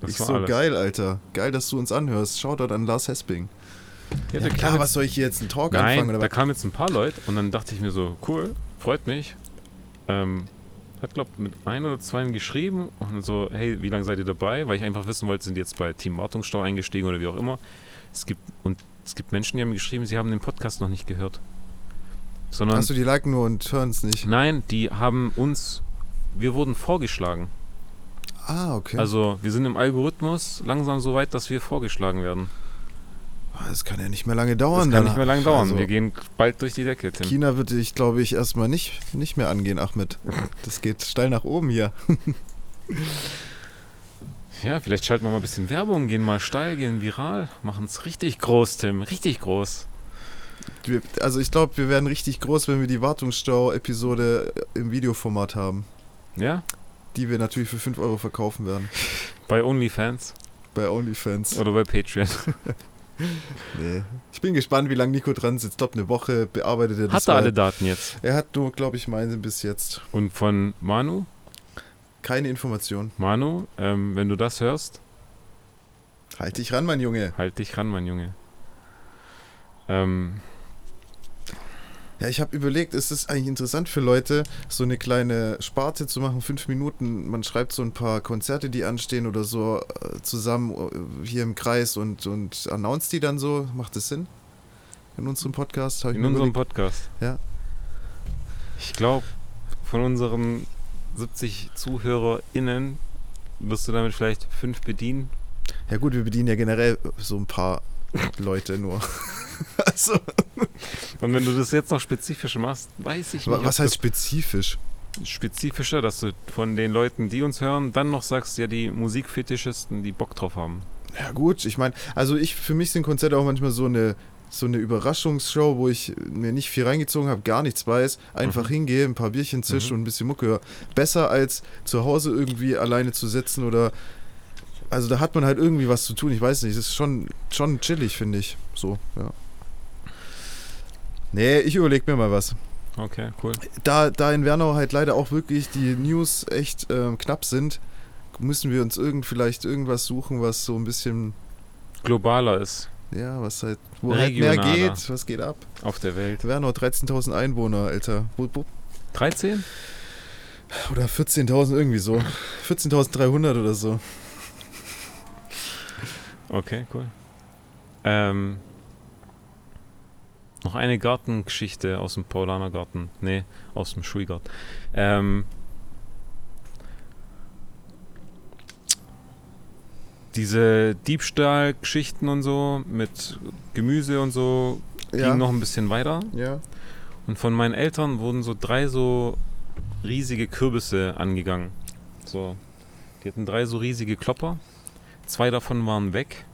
S1: Das
S2: ich
S1: war
S2: so
S1: alles.
S2: geil, Alter. Geil, dass du uns anhörst. Shoutout an Lars Hesping.
S1: Ja,
S2: Ja,
S1: da
S2: klar,
S1: kam
S2: was soll ich hier jetzt einen Talk
S1: jetzt,
S2: anfangen?
S1: nein,
S2: Oder
S1: da
S2: was?
S1: kamen jetzt ein paar Leute und dann dachte ich mir so, cool, freut mich. Ähm, hat, glaub mit ein oder zwei geschrieben und so, hey, wie lange seid ihr dabei? Weil ich einfach wissen wollte, sind die jetzt bei Team Wartungsstau eingestiegen oder wie auch immer. Es gibt, und es gibt Menschen, die haben mir geschrieben, sie haben den Podcast noch nicht gehört. Sondern,
S2: Hast du die liken nur und hören es nicht?
S1: nein, die haben uns, wir wurden vorgeschlagen.
S2: Ah, okay.
S1: Also, wir sind im Algorithmus langsam so weit, dass wir vorgeschlagen werden.
S2: Ah, das kann ja nicht mehr lange dauern.
S1: Das kann
S2: dann.
S1: nicht mehr lange dauern.
S2: Also-
S1: Wir gehen bald durch die Decke, Tim.
S2: China würde ich, glaube ich, erstmal nicht, nicht mehr angehen, Ahmed. Das geht steil nach oben hier.
S1: Ja, vielleicht schalten wir mal ein bisschen Werbung, gehen mal steil, gehen viral, machen es richtig groß, Tim. Richtig groß.
S2: Wir, also ich glaube, wir werden richtig groß, wenn wir die Wartungsstau-Episode äh, im Videoformat haben,
S1: Ja?
S2: die wir natürlich für 5 Euro verkaufen werden.
S1: Bei OnlyFans
S2: Bei OnlyFans.
S1: oder bei Patreon.
S2: Nee. Ich bin gespannt, wie lange Nico dran sitzt. Ich glaube, eine Woche bearbeitet er das.
S1: Hat er
S2: mal.
S1: alle Daten jetzt.
S2: er hat nur, glaube ich, meine bis jetzt.
S1: Und von Manu,
S2: Keine Information.
S1: Manu, ähm, wenn du das hörst,
S2: Halt dich ran, mein Junge.
S1: halt dich ran, mein Junge. Ähm,
S2: Ja, ich habe überlegt, es ist eigentlich interessant für Leute, so eine kleine Sparte zu machen, fünf Minuten. Man schreibt so ein paar Konzerte, die anstehen oder so äh, zusammen äh, hier im Kreis und, und announced die dann so. Macht das Sinn? In unserem Podcast habe ich
S1: in
S2: mir
S1: unserem
S2: überlegt.
S1: Podcast.
S2: Ja.
S1: Ich glaube, von unseren 70 ZuhörerInnen wirst du damit vielleicht fünf bedienen.
S2: Ja gut, wir bedienen ja generell so ein paar Leute nur. also,
S1: Und wenn du das jetzt noch spezifisch machst, weiß ich
S2: wa-
S1: nicht.
S2: was
S1: ob
S2: heißt spezifisch?
S1: das spezifischer, dass du von den Leuten, die uns hören, dann noch sagst, ja, die Musikfetischisten, die Bock drauf haben.
S2: Ja gut, ich meine, also ich für mich sind Konzerte auch manchmal so eine so eine Überraschungsshow, wo ich mir nicht viel reingezogen habe, gar nichts weiß, einfach hingehe, ein paar Bierchen zische und ein bisschen Mucke höre. Besser als zu Hause irgendwie alleine zu sitzen oder. Also da hat man halt irgendwie was zu tun, ich weiß nicht. Das ist schon, schon chillig, finde ich. So, ja. Nee, ich überlege mir mal was.
S1: Okay, cool.
S2: Da, da in Wernau halt leider auch wirklich die News echt ähm, knapp sind, müssen wir uns irgend, vielleicht irgendwas suchen, was so ein bisschen,
S1: Globaler ist
S2: ja, was halt, wo halt mehr
S1: Regionaler.
S2: geht, was geht ab.
S1: auf der Welt.
S2: Wernau, 13.000 Einwohner, Alter. Wo, wo,
S1: 13?
S2: Oder 14.000 irgendwie so. 14.300 oder so.
S1: Okay, cool. Ähm, noch eine Gartengeschichte aus dem Paulaner Garten. Nee, aus dem Schulgarten. Ähm, diese Diebstahlgeschichten und so mit Gemüse und so
S2: Ja.
S1: ging noch ein bisschen weiter.
S2: Ja.
S1: Und von meinen Eltern wurden so drei so riesige Kürbisse angegangen. So, die hatten drei so riesige Klopper. Zwei davon waren weg.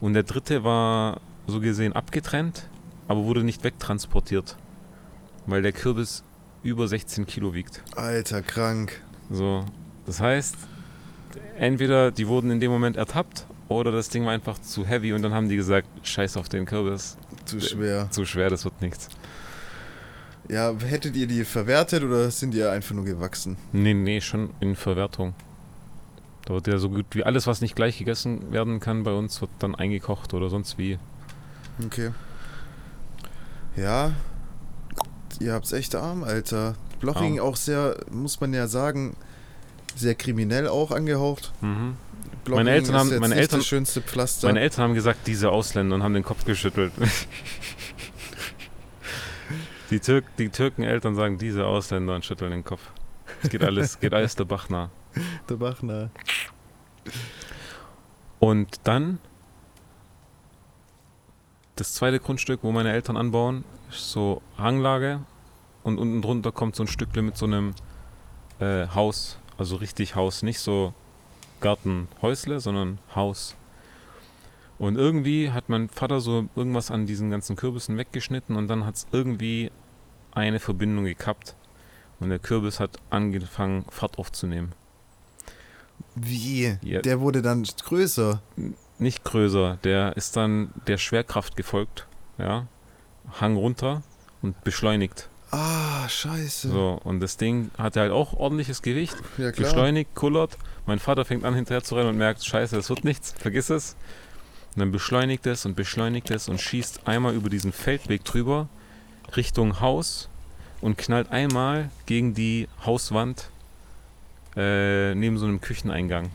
S1: Und der dritte war so gesehen abgetrennt, aber wurde nicht wegtransportiert. Weil der Kürbis über 16 Kilo wiegt.
S2: Alter, krank.
S1: So, das heißt, entweder die wurden in dem Moment ertappt oder das Ding war einfach zu heavy und dann haben die gesagt, scheiß auf den Kürbis,
S2: Zu schwer.
S1: zu schwer, das wird nichts.
S2: Ja, hättet ihr die verwertet oder sind die einfach nur gewachsen?
S1: Nee, nee, schon in Verwertung. Da wird ja so gut wie alles, was nicht gleich gegessen werden kann, bei uns wird dann eingekocht oder sonst wie.
S2: Okay. Ja. Ihr habt's echt arm, Alter. Bloching auch sehr, muss man ja sagen, sehr kriminell auch angehaucht. Blochingen
S1: Eltern haben-
S2: ist jetzt
S1: Mhm. meine
S2: nicht
S1: Eltern-
S2: das schönste Pflaster.
S1: Meine Eltern haben gesagt, diese Ausländer und haben den Kopf geschüttelt. die, Türk, die Türken-Eltern sagen, diese Ausländer und schütteln den Kopf. Es geht alles, geht alles der Bach nah.
S2: Der Bachner.
S1: Und dann das zweite Grundstück, wo meine Eltern anbauen, ist so Hanglage und unten drunter kommt so ein Stückle mit so einem äh, Haus, also richtig Haus, nicht so Gartenhäusle, sondern Haus. Und irgendwie hat mein Vater so irgendwas an diesen ganzen Kürbissen weggeschnitten und dann hat es irgendwie eine Verbindung gekappt und der Kürbis hat angefangen Fahrt aufzunehmen.
S2: Wie?
S1: Ja.
S2: Der wurde dann größer.
S1: nicht größer. Der ist dann der Schwerkraft gefolgt. Ja. Hang runter und beschleunigt.
S2: Ah, scheiße.
S1: So. Und das Ding hatte halt auch ordentliches Gewicht.
S2: Ja,
S1: Beschleunigt, kullert. Mein Vater fängt an hinterher zu rennen und merkt, scheiße, das wird nichts, vergiss es. Und dann beschleunigt es und beschleunigt es und schießt einmal über diesen Feldweg drüber Richtung Haus und knallt einmal gegen die Hauswand äh, neben so einem Kücheneingang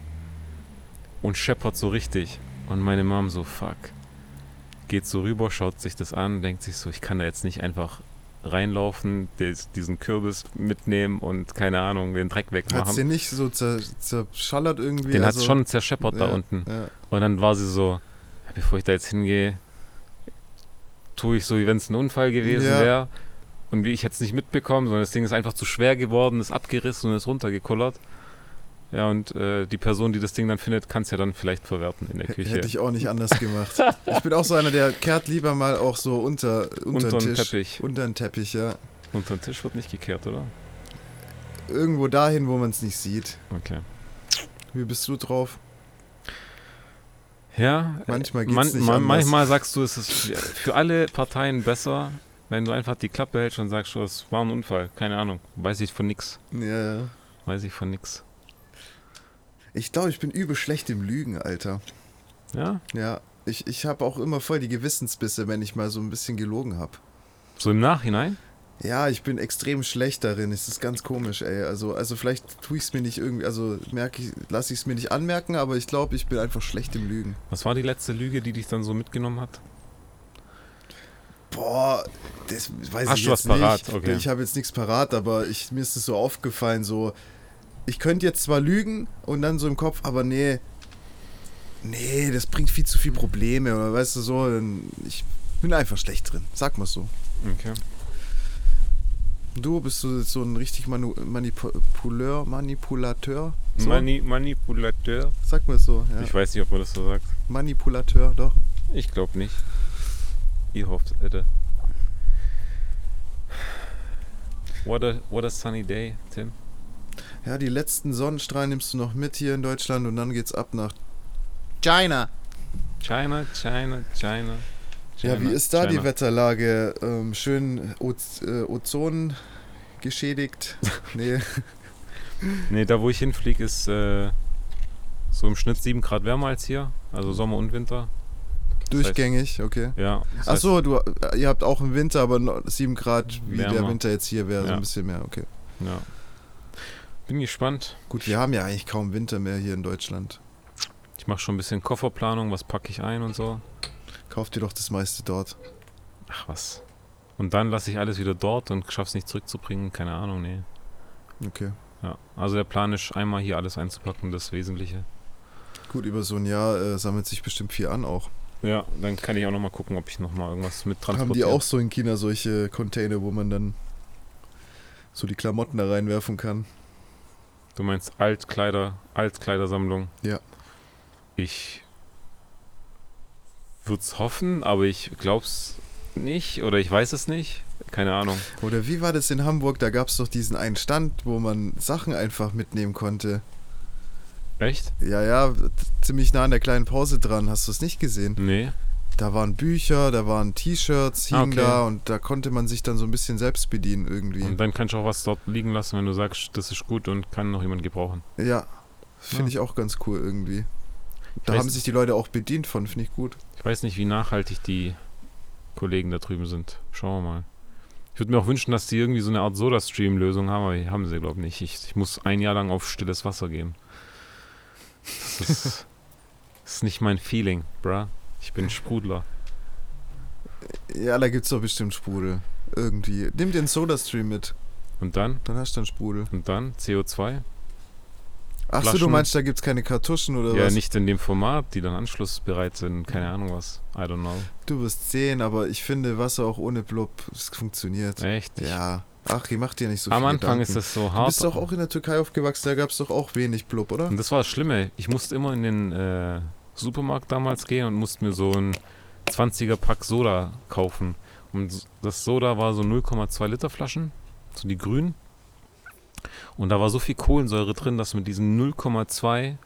S1: und scheppert so richtig. Und meine Mom so, fuck. Geht so rüber, schaut sich das an, denkt sich so, ich kann da jetzt nicht einfach reinlaufen, des, diesen Kürbis mitnehmen und keine Ahnung, den Dreck wegmachen.
S2: Hat's den nicht so zer zerschallert irgendwie?
S1: Den hat's
S2: Also-
S1: schon zerscheppert da
S2: ja,
S1: unten.
S2: Ja.
S1: Und dann war sie so, ja, bevor ich da jetzt hingehe, tue ich so, wie wenn es ein Unfall gewesen
S2: Ja.
S1: wäre. Und wie ich hätte es nicht mitbekommen, sondern das Ding ist einfach zu schwer geworden, ist abgerissen und ist runtergekullert. Ja, und äh, die Person, die das Ding dann findet, kann es ja dann vielleicht verwerten in der
S2: H-
S1: Küche.
S2: Hätte ich auch nicht anders gemacht. ich bin auch so einer, der kehrt lieber mal auch so unter, unter,
S1: Unter
S2: den
S1: den
S2: Tisch.
S1: Teppich.
S2: Unter den Teppich, ja.
S1: Unter den Tisch wird nicht gekehrt, oder?
S2: Irgendwo dahin, wo man es nicht sieht.
S1: Okay.
S2: Wie bist du drauf?
S1: Ja, äh,
S2: Manchmal geht's nicht anders.
S1: Manchmal sagst du, es ist für alle Parteien besser, wenn du einfach die Klappe hältst und sagst, oh, es war ein Unfall. Keine Ahnung, weiß ich von nix.
S2: Ja, ja.
S1: Weiß ich von nix.
S2: Ich glaube, ich bin übel schlecht im Lügen, Alter.
S1: Ja,
S2: Ja. Ich, ich habe auch immer voll die Gewissensbisse, wenn ich mal so ein bisschen gelogen habe.
S1: so im Nachhinein.
S2: Ja, ich bin extrem schlecht darin. Es ist ganz komisch, ey. Also, also vielleicht tue ich es mir nicht irgendwie, also merke ich, lasse ich es mir nicht anmerken, aber ich glaube, ich bin einfach schlecht im Lügen.
S1: Was war die letzte Lüge, die dich dann so mitgenommen hat?
S2: Boah, das weiß
S1: Hast
S2: ich
S1: du
S2: jetzt
S1: was parat?
S2: nicht.
S1: Okay.
S2: Ich habe jetzt nichts parat, aber ich, mir ist es so aufgefallen, so ich könnte jetzt zwar lügen und dann so im Kopf, aber nee, nee, das bringt viel zu viel Probleme oder weißt du so, dann- ich bin einfach schlecht drin, sag mal so.
S1: Okay.
S2: Du bist so, so ein richtig Manu Manipuleur, Manipulateur, so?
S1: Mani Manipulateur.
S2: sag mal so, ja.
S1: Ich weiß nicht, ob man das so sagt.
S2: Manipulateur, doch.
S1: Ich glaube nicht. Ich hoffe es, Alter. What a, what a sunny day, Tim.
S2: Ja, die letzten Sonnenstrahlen nimmst du noch mit hier in Deutschland und dann geht's ab nach China.
S1: China, China, China. China
S2: ja, wie ist da die
S1: China.
S2: Wetterlage? Ähm, schön Oz äh, Ozon geschädigt? nee.
S1: Nee, da wo ich hinfliege, ist äh, so im Schnitt 7 Grad wärmer als hier. Also Sommer und Winter.
S2: Durchgängig, okay.
S1: Ja. das heißt,
S2: Achso, du, äh, ihr habt auch im Winter, aber no- 7 Grad, wie der
S1: Wärmer.
S2: Winter jetzt hier wäre, so
S1: Ja.
S2: ein bisschen mehr, okay.
S1: Ja. Bin gespannt.
S2: Gut, wir haben ja eigentlich kaum Winter mehr hier in Deutschland.
S1: Ich mache schon ein bisschen Kofferplanung, was packe ich ein und so.
S2: Kauft ihr doch das meiste dort.
S1: Ach was. Und dann lasse ich alles wieder dort und schaff's nicht zurückzubringen. Keine Ahnung, nee.
S2: Okay.
S1: Ja. Also der Plan ist, einmal hier alles einzupacken, das Wesentliche.
S2: Gut, über so ein Jahr äh, sammelt sich bestimmt viel an auch.
S1: Ja, dann kann ich auch nochmal gucken, ob ich nochmal irgendwas mit
S2: Haben die
S1: transportiere.
S2: auch so in China solche Container, wo man dann so die Klamotten da reinwerfen kann?
S1: Du meinst Altkleider, Altkleidersammlung?
S2: Ja.
S1: Ich würde es hoffen, aber ich glaub's nicht oder ich weiß es nicht. Keine Ahnung.
S2: Oder wie war das in Hamburg? Da gab es doch diesen einen Stand, wo man Sachen einfach mitnehmen konnte.
S1: Echt?
S2: Ja, ja, z- ziemlich nah an der kleinen Pause dran. Hast du es nicht gesehen?
S1: Nee.
S2: Da waren Bücher, da waren T-Shirts, hingen
S1: Ah, okay.
S2: da und da konnte man sich dann so ein bisschen selbst bedienen irgendwie.
S1: Und dann kannst du auch was dort liegen lassen, wenn du sagst, das ist gut und kann noch jemand gebrauchen.
S2: ja, finde
S1: Ja.
S2: ich auch ganz cool irgendwie. Da
S1: weiß
S2: haben
S1: nicht.
S2: sich die Leute auch bedient von, finde ich gut.
S1: Ich weiß nicht, wie nachhaltig die Kollegen da drüben sind. Schauen wir mal. Ich würde mir auch wünschen, dass die irgendwie so eine Art Soda-Stream-Lösung haben, aber die haben sie, glaube ich, nicht. Ich, ich muss ein Jahr lang auf stilles Wasser gehen. Das ist, das ist nicht mein Feeling, bruh. Ich bin Sprudler.
S2: Ja, da gibt es doch bestimmt Sprudel. Irgendwie. Nimm den Soda-Stream mit,
S1: Und dann?
S2: dann hast du einen Sprudel.
S1: Und dann? CO2?
S2: Achso, du
S1: Flaschen.
S2: meinst, da gibt es keine Kartuschen oder
S1: ja,
S2: was?
S1: nicht in dem Format, die dann anschlussbereit sind. Keine Ahnung was. I don't know.
S2: Du wirst sehen, aber ich finde Wasser auch ohne Blub, es funktioniert.
S1: Echt? Ich-
S2: Ja. Ach, ihr macht dir nicht so
S1: Am
S2: viel
S1: Anfang
S2: Gedanken.
S1: ist das so
S2: Du
S1: hart.
S2: bist doch auch in der Türkei aufgewachsen, da gab es doch auch wenig Blub, oder?
S1: Und das war das Schlimme. Ich musste immer in den äh, Supermarkt damals gehen und musste mir so ein 20er-Pack Soda kaufen. Und s- das Soda war so 0,2 Liter Flaschen, so die grünen. Und da war so viel Kohlensäure drin, dass mit diesen 0,2,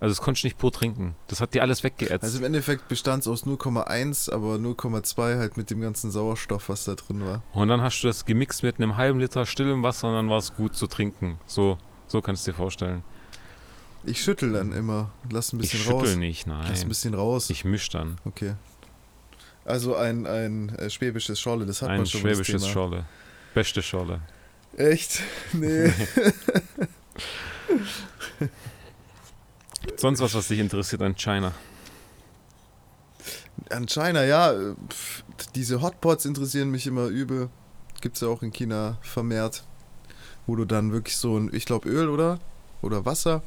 S1: also das konntest du nicht pur trinken. Das hat dir alles weggeätzt.
S2: Also im Endeffekt bestand es aus 0,1, aber 0,2 halt mit dem ganzen Sauerstoff, was da drin war.
S1: und dann hast du das gemixt mit einem halben Liter stillem Wasser und dann war es gut zu trinken. So, so kannst du dir vorstellen.
S2: Ich schüttel dann immer und lass ein
S1: Ich
S2: bisschen
S1: schüttel
S2: raus.
S1: nicht,
S2: Lass ein
S1: nein.
S2: bisschen raus.
S1: Ich misch dann.
S2: Okay. Also ein, ein äh, schwäbisches Schorle, das hat
S1: Ein
S2: man schon
S1: schwäbisches
S2: das Thema.
S1: Schorle. Beste Schorle.
S2: Echt? Nee.
S1: Sonst was, was dich interessiert an China?
S2: An China, ja. äh, pf, Diese Hotpots interessieren mich immer übel. Gibt's ja auch in China vermehrt. Wo du dann wirklich so ein, ich glaube Öl, oder? Oder Wasser.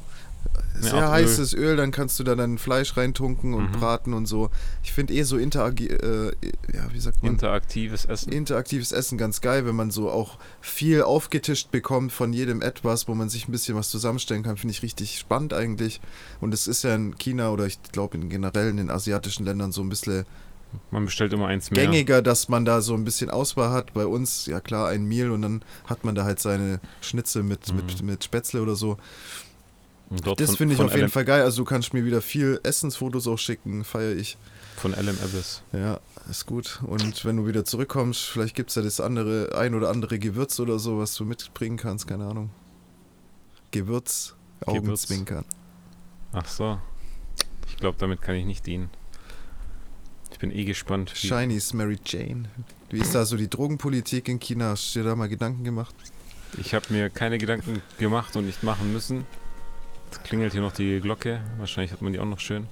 S1: Ja,
S2: Sehr
S1: auch Öl.
S2: heißes Öl. dann kannst du da dein Fleisch reintunken und
S1: Mhm.
S2: braten und so. Ich finde eh so interagi äh, ja, wie sagt man?
S1: Interaktives Essen?
S2: interaktives Essen ganz geil, wenn man so auch viel aufgetischt bekommt von jedem etwas, wo man sich ein bisschen was zusammenstellen kann, finde ich richtig spannend eigentlich. Und es ist ja in China oder ich glaube in generell in den asiatischen Ländern so ein bisschen
S1: Man bestellt immer eins mehr.
S2: gängiger, dass man da so ein bisschen Auswahl hat. Bei uns, ja klar, ein Meal und dann hat man da halt seine Schnitzel mit, mit, mit Spätzle oder so.
S1: Und dort
S2: Das
S1: von-
S2: finde ich
S1: Mhm. von
S2: auf jeden
S1: LM
S2: Fall geil. Also du kannst mir wieder viel Essensfotos auch schicken, feiere ich.
S1: Von LM Abyss.
S2: Ja, ist gut. Und wenn du wieder zurückkommst, vielleicht gibt es ja das andere, ein oder andere Gewürz oder so, was du mitbringen kannst, keine Ahnung. Gewürz, Augenzwinkern.
S1: Ach so. Ich glaube, damit kann ich nicht dienen. Ich bin eh gespannt. Wie
S2: Shinies, Mary Jane. Wie ist da so die Drogenpolitik in China? Hast du dir da mal Gedanken gemacht?
S1: ich habe mir keine Gedanken gemacht und nicht machen müssen. Jetzt klingelt hier noch die Glocke. Wahrscheinlich hat man die auch noch schön.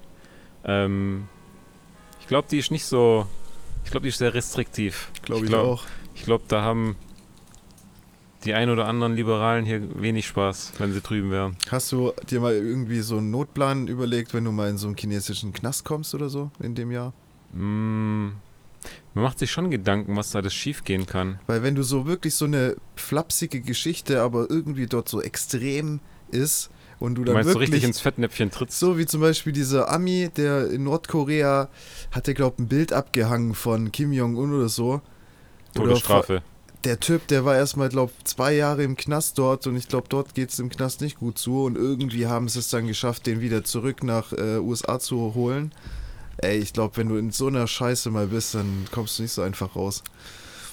S1: Ähm, ich glaube, die ist nicht so. Ich glaube, die ist sehr restriktiv.
S2: Glaube ich,
S1: glaub-
S2: auch.
S1: Ich glaube, da haben die ein oder anderen Liberalen hier wenig Spaß, wenn sie drüben wären.
S2: Hast du dir mal irgendwie so einen Notplan überlegt, wenn du mal in so einen chinesischen Knast kommst oder so in dem Jahr?
S1: Mm, Man macht sich schon Gedanken, was da alles schief gehen kann.
S2: Weil wenn du so wirklich so eine flapsige Geschichte, aber irgendwie dort so extrem ist Und du
S1: Du
S2: dann
S1: meinst du
S2: wirklich
S1: richtig ins Fettnäpfchen trittst?
S2: so wie zum Beispiel dieser Ami, der in Nordkorea hat der glaubt ein Bild abgehangen von Kim Jong-un oder so. Oder
S1: Todesstrafe.
S2: der Typ, der war erstmal, glaube zwei Jahre im Knast dort und ich glaube, dort geht es im Knast nicht gut zu und irgendwie haben sie es dann geschafft, den wieder zurück nach äh, USA zu holen. Ey, ich glaube, wenn du in so einer Scheiße mal bist, dann kommst du nicht so einfach raus.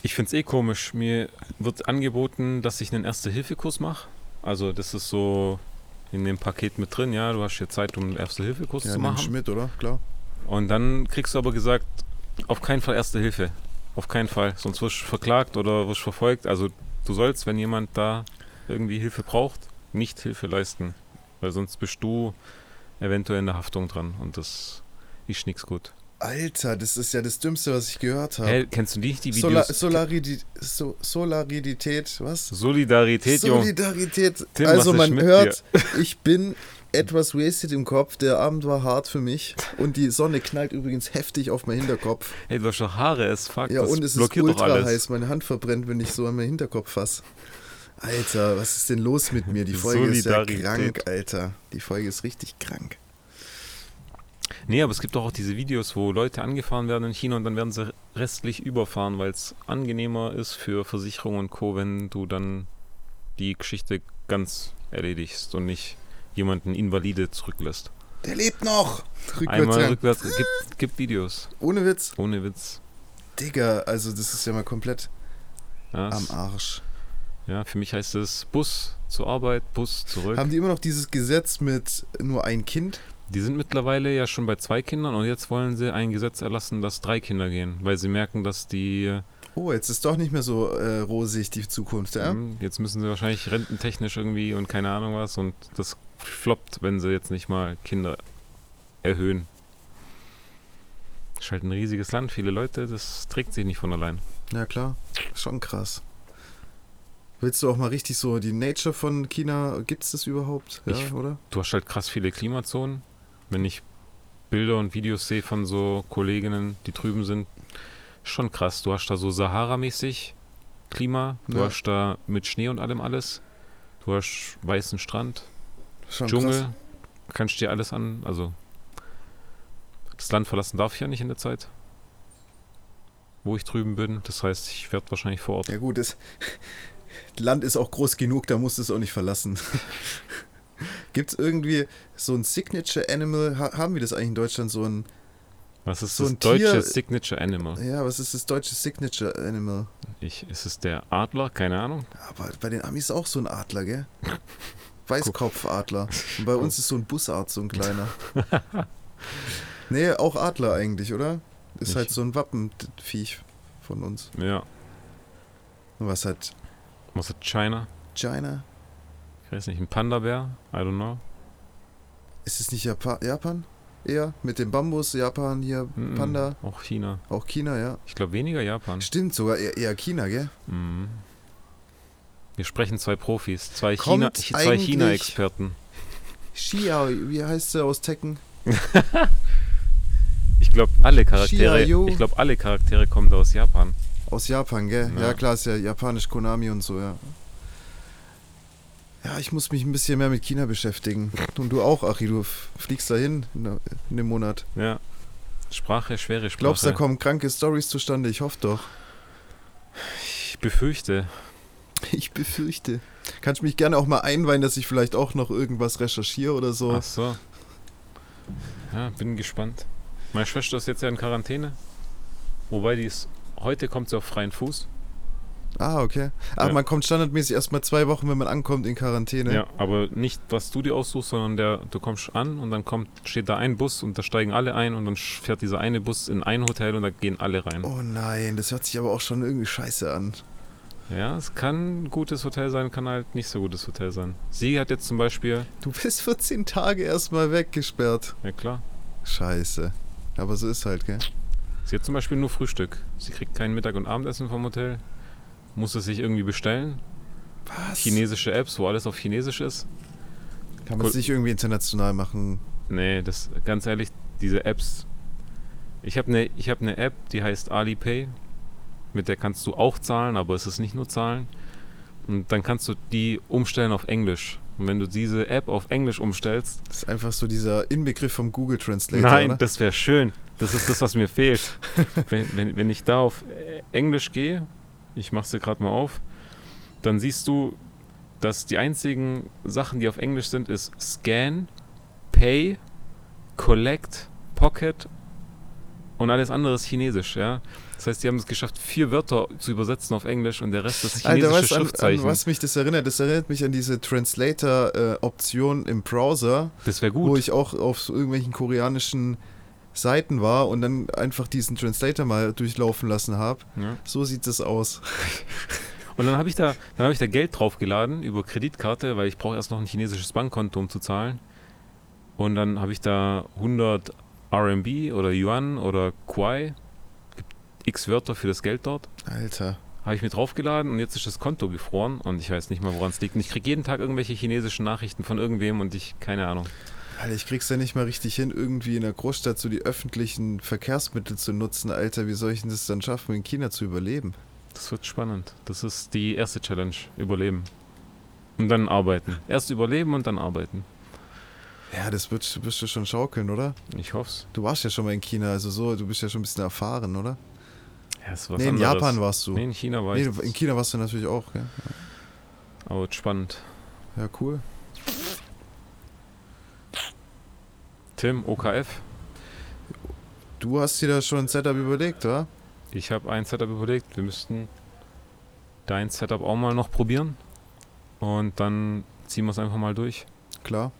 S1: Ich find's eh komisch. Mir wird angeboten, dass ich einen Erste-Hilfe-Kurs mache. Also das ist so in dem Paket mit drin. Ja, du hast hier Zeit, um einen Erste-Hilfe-Kurs zu
S2: nimm
S1: machen.
S2: Schmidt, oder? Klar.
S1: Und dann kriegst du aber gesagt, auf keinen Fall Erste Hilfe. Auf keinen Fall. Sonst wirst du verklagt oder wirst verfolgt. Also du sollst, wenn jemand da irgendwie Hilfe braucht, nicht Hilfe leisten. Weil sonst bist du eventuell in der Haftung dran. Und das ist nix gut.
S2: Alter, das ist ja das Dümmste, was ich gehört habe.
S1: Hey, kennst du nicht die
S2: Sola
S1: Videos?
S2: Solaridi so Solaridität, was?
S1: Solidarität, Junge.
S2: Solidarität.
S1: Tim, was
S2: also
S1: ist
S2: man
S1: mit
S2: hört, ich bin etwas wasted im Kopf. Der Abend war hart für mich und die Sonne knallt übrigens heftig auf meinen Hinterkopf.
S1: Hey, du hast doch Haare, es fuck.
S2: Ja,
S1: das
S2: und es ist
S1: blockiert doch
S2: ultra
S1: alles.
S2: heiß. Meine Hand verbrennt, wenn ich so an meinen Hinterkopf fasse. Alter, was ist denn los mit mir? Die Folge ist ja
S1: Solidarität.
S2: krank, Alter. Die Folge ist richtig krank.
S1: Nee, aber es gibt doch auch diese Videos, wo Leute angefahren werden in China und dann werden sie restlich überfahren, weil es angenehmer ist für Versicherung und Co., wenn du dann die Geschichte ganz erledigst und nicht jemanden invalide zurücklässt.
S2: Der lebt noch! Rückwärts
S1: Einmal
S2: rein.
S1: rückwärts, gibt, gibt Videos,
S2: Ohne Witz.
S1: ohne Witz.
S2: Digga, also das ist ja mal komplett
S1: Ja,
S2: am
S1: es-
S2: Arsch.
S1: ja, für mich heißt es Bus zur Arbeit, Bus zurück.
S2: Haben die immer noch dieses Gesetz mit nur ein Kind?
S1: Die sind mittlerweile ja schon bei zwei Kindern und jetzt wollen sie ein Gesetz erlassen, dass drei Kinder gehen, weil sie merken, dass die,
S2: Oh, jetzt ist doch nicht mehr so äh, rosig die Zukunft, ja?
S1: Hm, jetzt müssen sie wahrscheinlich rententechnisch irgendwie und keine Ahnung was und das floppt, wenn sie jetzt nicht mal Kinder erhöhen. Ist halt ein riesiges Land, viele Leute, das trägt sich nicht von allein.
S2: Ja, klar. Schon krass. Willst du auch mal richtig so die Nature von China, gibt's das überhaupt? Ja,
S1: Ich-
S2: oder?
S1: Du hast halt krass viele Klimazonen. Wenn ich Bilder und Videos sehe von so Kolleginnen, die drüben sind, schon krass. Du hast da so Sahara-mäßig Klima, du
S2: Ja.
S1: hast da mit Schnee und allem alles. Du hast weißen Strand,
S2: Schon
S1: Dschungel, kannst dir alles an, also das Land verlassen darf ich ja nicht in der Zeit, wo ich drüben bin. Das heißt, ich werde wahrscheinlich vor Ort.
S2: Ja gut, das Land ist auch groß genug, da musst du es auch nicht verlassen. Gibt es irgendwie so ein Signature Animal? Ha haben wir das eigentlich in Deutschland so ein.
S1: Was ist
S2: So
S1: das
S2: ein Tier-
S1: deutsche Signature Animal?
S2: Ja, was ist das deutsche Signature Animal?
S1: Ich, ist es der Adler? Keine Ahnung.
S2: Aber bei den Amis auch so ein Adler, gell? Weißkopfadler. Und bei uns ist so ein Bussard, so ein kleiner. nee, auch Adler eigentlich, oder? Ist
S1: Ich-
S2: halt so ein Wappenviech von uns.
S1: Ja.
S2: Und was hat
S1: Was ist China?
S2: China?
S1: Ich weiß nicht, ein Panda-Bär? I don't know.
S2: Ist es nicht Japan? Japan? Eher? Mit dem Bambus, Japan hier,
S1: Mm, mm.
S2: Panda.
S1: Auch China.
S2: Auch China, ja.
S1: Ich glaube weniger Japan.
S2: Stimmt, sogar eher, eher China, gell?
S1: Mm. Wir sprechen zwei Profis, zwei
S2: Kommt
S1: China- zwei
S2: eigentlich-
S1: China-Experten.
S2: Xiao, wie heißt der aus Tekken?
S1: ich glaube, alle Charaktere,
S2: Shiayu.
S1: ich glaube, alle Charaktere kommen da aus Japan.
S2: Aus Japan, gell? Ja,
S1: Ja.
S2: klar, ist ja japanisch Konami und so, ja. Ja, ich muss mich ein bisschen mehr mit China beschäftigen. Und du auch, Achi, du f- fliegst dahin in, in dem Monat.
S1: Ja. Sprache, schwere Sprache.
S2: Glaubst, da kommen kranke Stories zustande? Ich hoffe doch.
S1: Ich befürchte.
S2: Ich befürchte. Kannst mich gerne auch mal einweihen, dass ich vielleicht auch noch irgendwas recherchiere oder so.
S1: Ach so. Ja, bin gespannt. Meine Schwester ist jetzt ja in Quarantäne. Wobei die ist. Heute kommt sie auf freien Fuß.
S2: Ah, okay. Aber
S1: Ja.
S2: man kommt standardmäßig erst mal zwei Wochen, wenn man ankommt, in Quarantäne.
S1: Ja, aber nicht, was du dir aussuchst, sondern der, du kommst an und dann kommt, steht da ein Bus und da steigen alle ein und dann sch- fährt dieser eine Bus in ein Hotel und da gehen alle rein.
S2: Oh nein, das hört sich aber auch schon irgendwie scheiße an.
S1: Ja, es kann ein gutes Hotel sein, kann halt nicht so gutes Hotel sein. Sie hat jetzt zum Beispiel,
S2: Du bist 14 Tage erstmal weggesperrt.
S1: ja klar,
S2: Scheiße. Aber so ist halt, gell?
S1: sie hat zum Beispiel nur Frühstück. Sie kriegt kein Mittag- und Abendessen vom Hotel, muss es sich irgendwie bestellen.
S2: Was?
S1: Chinesische Apps, wo alles auf Chinesisch ist.
S2: Kann man es nicht irgendwie international machen?
S1: Nee, das ganz ehrlich, diese Apps. Ich habe eine hab ne App, die heißt Alipay. Mit der kannst du auch zahlen, aber es ist nicht nur zahlen. Und dann kannst du die umstellen auf Englisch. Und wenn du diese App auf Englisch umstellst,
S2: Das ist einfach so dieser Inbegriff vom Google Translator.
S1: nein,
S2: oder?
S1: das wäre schön. Das ist das, was mir fehlt. wenn, wenn, wenn ich da auf äh, Englisch gehe, ich mach's dir gerade mal auf, dann siehst du, dass die einzigen Sachen, die auf Englisch sind, ist Scan, Pay, Collect, Pocket und alles andere ist Chinesisch, ja. Das heißt, die haben es geschafft, vier Wörter zu übersetzen auf Englisch und der Rest ist chinesische
S2: Alter, weißt du, an,
S1: Schriftzeichen.
S2: an was mich das erinnert? Das erinnert mich an diese Translator-Option im Browser,
S1: das wäre
S2: wo
S1: gut.
S2: ich auch auf so irgendwelchen koreanischen Seiten war und dann einfach diesen Translator mal durchlaufen lassen habe.
S1: Ja.
S2: So sieht das aus.
S1: Und dann habe ich da, dann habe ich da Geld draufgeladen über Kreditkarte, weil ich brauche erst noch ein chinesisches Bankkonto, um zu zahlen. Und dann habe ich da 100 RMB oder Yuan oder Kwai, gibt x Wörter für das Geld dort,
S2: Alter.
S1: habe ich mir draufgeladen und jetzt ist das Konto gefroren und ich weiß nicht mal, woran es liegt. Und ich kriege jeden Tag irgendwelche chinesischen Nachrichten von irgendwem und ich, keine Ahnung.
S2: Alter, ich krieg's ja nicht mal richtig hin, irgendwie in der Großstadt so die öffentlichen Verkehrsmittel zu nutzen. Alter, wie soll ich denn das dann schaffen, in China zu überleben?
S1: Das wird spannend. Das ist die erste Challenge, überleben. Und dann arbeiten. Erst überleben und dann arbeiten.
S2: Ja, das wird, wirst du schon schaukeln, oder?
S1: Ich hoff's.
S2: Du warst ja schon mal in China, also so, du bist ja schon ein bisschen erfahren, oder?
S1: Ja, es ist was
S2: nee, in
S1: anderes.
S2: Japan warst du.
S1: Nee, in China war
S2: Nee,
S1: ich.
S2: du- in China warst du natürlich auch, gell?
S1: Aber wird spannend.
S2: Ja, cool.
S1: Tim, OKF.
S2: Du hast dir da schon ein Setup überlegt, oder?
S1: Ich habe ein Setup überlegt. Wir müssten dein Setup auch mal noch probieren. Und dann ziehen wir es einfach mal durch.
S2: Klar.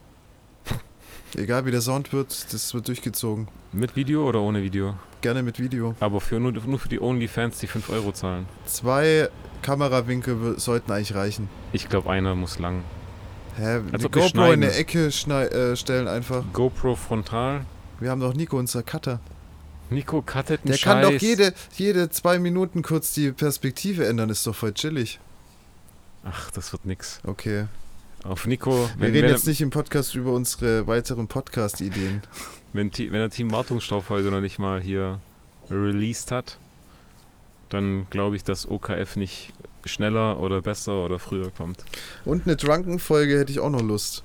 S2: Egal wie der Sound wird, das wird durchgezogen.
S1: Mit Video oder ohne Video?
S2: Gerne mit Video.
S1: Aber für, nur, nur für die Onlyfans, die 5 Euro zahlen.
S2: Zwei Kamerawinkel w- sollten eigentlich reichen.
S1: Ich glaube, einer muss lang.
S2: Hä, eine
S1: ob wir
S2: GoPro in
S1: schneiden.
S2: eine Ecke schnei äh, stellen einfach.
S1: GoPro frontal.
S2: Wir haben doch Nico, unser Cutter.
S1: Nico cuttet einen
S2: Der
S1: Scheiß.
S2: kann doch jede, jede zwei Minuten kurz die Perspektive ändern, ist doch voll chillig.
S1: Ach, das wird nix.
S2: Okay.
S1: Auf Nico,
S2: Wir
S1: wenn,
S2: reden
S1: wenn,
S2: jetzt nicht im Podcast über unsere weiteren Podcast-Ideen.
S1: wenn, Ti- wenn der Team Wartungsstoff heute noch nicht mal hier released hat, dann glaube ich, dass OKF nicht schneller oder besser oder früher kommt.
S2: Und eine Drunken-Folge hätte ich auch noch Lust.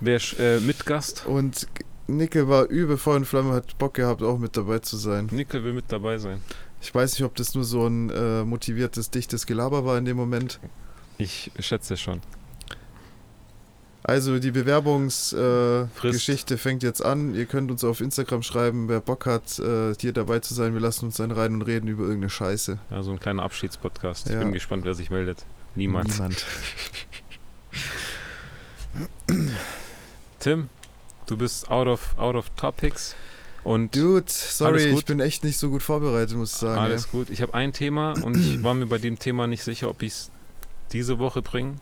S1: Wer ist äh, Mitgast?
S2: Und Nickel war übel voll in Flamme, hat Bock gehabt, auch mit dabei zu sein.
S1: Nickel will mit dabei sein.
S2: Ich weiß nicht, ob das nur so ein äh, motiviertes, dichtes Gelaber war in dem Moment.
S1: Ich schätze schon.
S2: Also die Bewerbungsgeschichte äh,
S1: Frist.
S2: Geschichte fängt jetzt an. Ihr könnt uns auf Instagram schreiben, wer Bock hat, äh, hier dabei zu sein. Wir lassen uns dann rein und reden über irgendeine Scheiße.
S1: Ja, so ein kleiner Abschiedspodcast.
S2: Ja.
S1: Ich bin gespannt, wer sich meldet. Niemand.
S2: Niemand.
S1: Tim, du bist out of, out of topics und
S2: Dude, sorry,
S1: Alles gut?
S2: ich bin echt nicht so gut vorbereitet, muss ich sagen.
S1: alles gut. Ich habe ein Thema und ich war mir bei dem Thema nicht sicher, ob ich es diese Woche bringe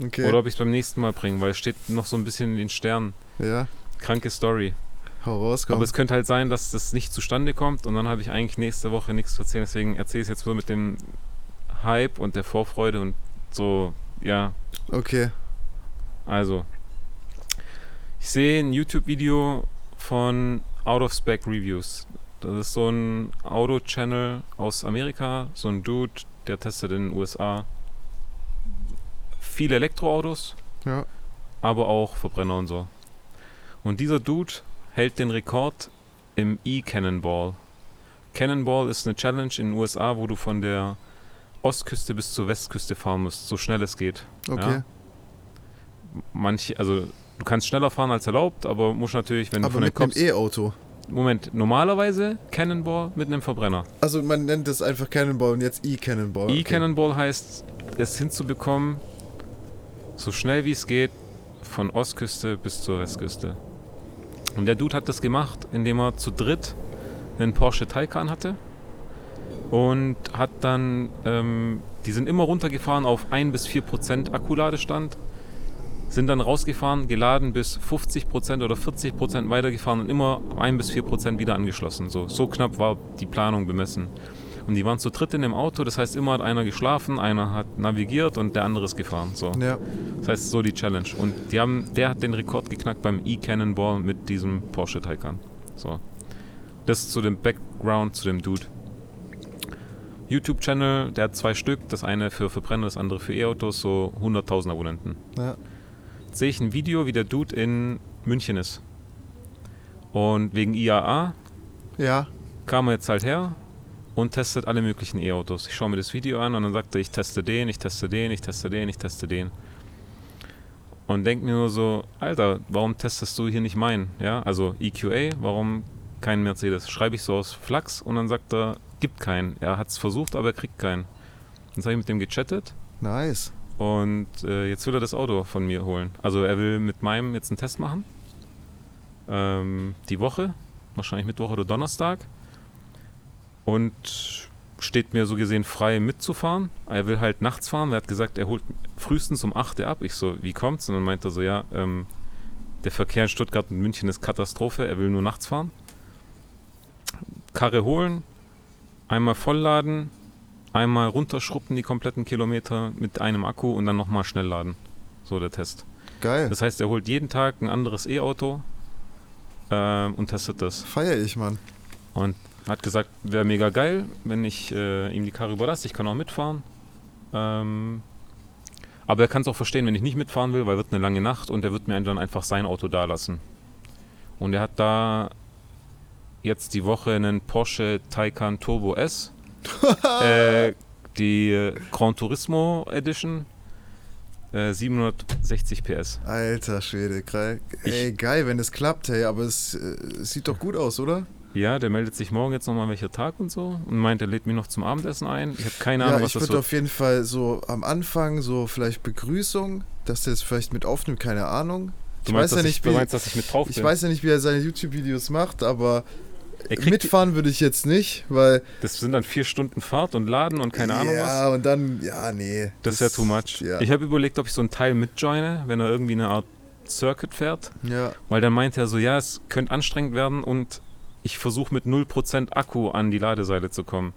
S2: ey. Okay.
S1: oder ob ich es beim nächsten Mal bringe, weil es steht noch so ein bisschen in den Sternen.
S2: ja,
S1: Kranke Story.
S2: hau raus, komm.
S1: Aber es könnte halt sein, dass das nicht zustande kommt und dann habe ich eigentlich nächste Woche nichts zu erzählen. Deswegen erzähle ich es jetzt nur mit dem Hype und der Vorfreude und so, ja,
S2: Okay,
S1: Also, ich sehe ein YouTube-Video von Out of Spec Reviews. Das ist so ein Auto-Channel aus Amerika, so ein Dude, der testet in den USA viele Elektroautos,
S2: Ja.
S1: aber auch Verbrenner und so. Und dieser Dude hält den Rekord im E-Cannonball. Cannonball ist eine Challenge in den USA, wo du von der Ostküste bis zur Westküste fahren musst, so schnell es geht
S2: okay.
S1: manche, also du kannst schneller fahren als erlaubt, aber musst natürlich, wenn du
S2: Aber
S1: von den
S2: mit einem E-
S1: Cops...
S2: E-Auto.
S1: Moment, normalerweise Cannonball mit einem Verbrenner.
S2: Also man nennt das einfach Cannonball und jetzt E-Cannonball.
S1: E
S2: okay.
S1: E-Cannonball heißt, es hinzubekommen, so schnell wie es geht, von Ostküste bis zur Westküste. Und der Dude hat das gemacht, indem er zu dritt einen Porsche Taycan hatte und hat dann, ähm, die sind immer runtergefahren auf 1 bis 4 Prozent Akkuladestand, sind dann rausgefahren, geladen bis 50 Prozent oder 40 Prozent weitergefahren und immer 1 bis 4 Prozent wieder angeschlossen. So, so knapp war die Planung bemessen. Und die waren zu dritt in dem Auto, das heißt, immer hat einer geschlafen, einer hat navigiert und der andere ist gefahren. So.
S2: Ja,
S1: Das heißt, so die Challenge. Und die haben, der hat den Rekord geknackt beim E-Cannonball mit diesem Porsche Taycan. So. Das zu dem Background, zu dem Dude. YouTube-Channel, der hat zwei Stück, das eine für Verbrenner, das andere für E-Autos, so 100.000 Abonnenten.
S2: ja.
S1: sehe ich ein Video, wie der Dude in München ist. Und wegen IAA
S2: Ja,
S1: kam er jetzt halt her und testet alle möglichen E-Autos. Ich schaue mir das Video an und dann sagt er, ich teste den, ich teste den, ich teste den, ich teste den. Und denke mir nur so, Alter, warum testest du hier nicht meinen? Ja, also EQA, warum kein Mercedes? Schreibe ich so aus Flachs und dann sagt er, gibt keinen. Er hat es versucht, aber er kriegt keinen. Dann habe ich mit dem gechattet
S2: nice.
S1: und äh, jetzt will er das Auto von mir holen. Also er will mit meinem jetzt einen Test machen. Ähm, die Woche, wahrscheinlich Mittwoch oder Donnerstag. Und steht mir so gesehen frei mitzufahren. Er will halt nachts fahren. Er hat gesagt, er holt frühestens um 8 Uhr ab. Ich so, wie kommt's? Und dann meinte er so, ja, ähm, der Verkehr in Stuttgart und München ist Katastrophe. Er will nur nachts fahren. Karre holen, einmal vollladen, einmal runterschruppen die kompletten Kilometer mit einem Akku und dann nochmal schnell laden. So der Test.
S2: Geil.
S1: Das heißt, er holt jeden Tag ein anderes E-Auto ähm, und testet das.
S2: Feier ich, Mann.
S1: Und hat gesagt, wäre mega geil, wenn ich äh, ihm die Karre überlasse. Ich kann auch mitfahren. Ähm, aber er kann es auch verstehen, wenn ich nicht mitfahren will, weil wird eine lange Nacht und er wird mir dann einfach sein Auto dalassen. Und er hat da jetzt die Woche einen Porsche Taycan Turbo S. äh, die äh, Gran Turismo Edition. Äh, 760 PS.
S2: Alter Schwede, geil. Ey, geil, wenn das klappt, hey, aber es äh, sieht doch gut aus, oder?
S1: Ja, der meldet sich morgen jetzt nochmal, welcher Tag und so. Und meint, er lädt mich noch zum Abendessen ein. Ich habe keine Ahnung,
S2: ja,
S1: was
S2: ich
S1: das
S2: würde
S1: wird.
S2: auf jeden Fall so am Anfang so vielleicht Begrüßung, dass der es vielleicht mit aufnimmt, keine Ahnung.
S1: Du
S2: ich
S1: meinst,
S2: weiß ja
S1: dass
S2: nicht,
S1: ich, du
S2: wie-
S1: meinst, dass ich mit drauf
S2: Ich
S1: bin.
S2: weiß ja nicht, wie er seine YouTube-Videos macht, aber
S1: er kriegt,
S2: mitfahren würde ich jetzt nicht, weil.
S1: Das sind dann vier Stunden Fahrt und Laden und keine Ahnung was.
S2: Ja, und dann, ja, nee.
S1: Das ist ja too much.
S2: Ja,
S1: Ich habe überlegt, ob ich so einen Teil mitjoine, wenn er irgendwie eine Art Circuit fährt.
S2: ja.
S1: Weil dann meint er so, ja, es könnte anstrengend werden und ich versuche mit 0% Akku an die Ladeseite zu kommen.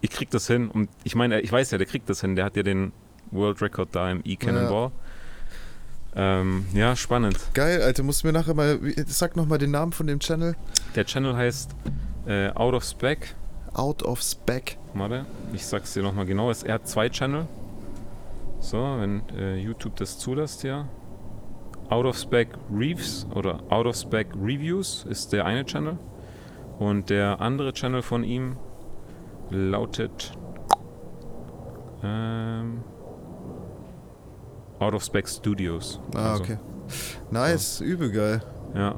S1: Ich krieg das hin und ich meine, ich weiß ja, der kriegt das hin, der hat ja den World Record da im E-Cannonball. Ähm, ja, spannend.
S2: geil, Alter, musst du mir nachher mal. wie- Sag nochmal den Namen von dem Channel.
S1: Der Channel heißt äh, Out of Spec.
S2: Out of Spec.
S1: Warte, ich sag's dir nochmal genau. Es- Er hat zwei Channel. So, wenn äh, YouTube das zulässt, ja. Out of Spec Reefs oder Out of Spec Reviews ist der eine Channel. Und der andere Channel von ihm lautet ähm, Out of Spec Studios.
S2: Ah,
S1: Also,
S2: okay. Nice, übel geil.
S1: Ja,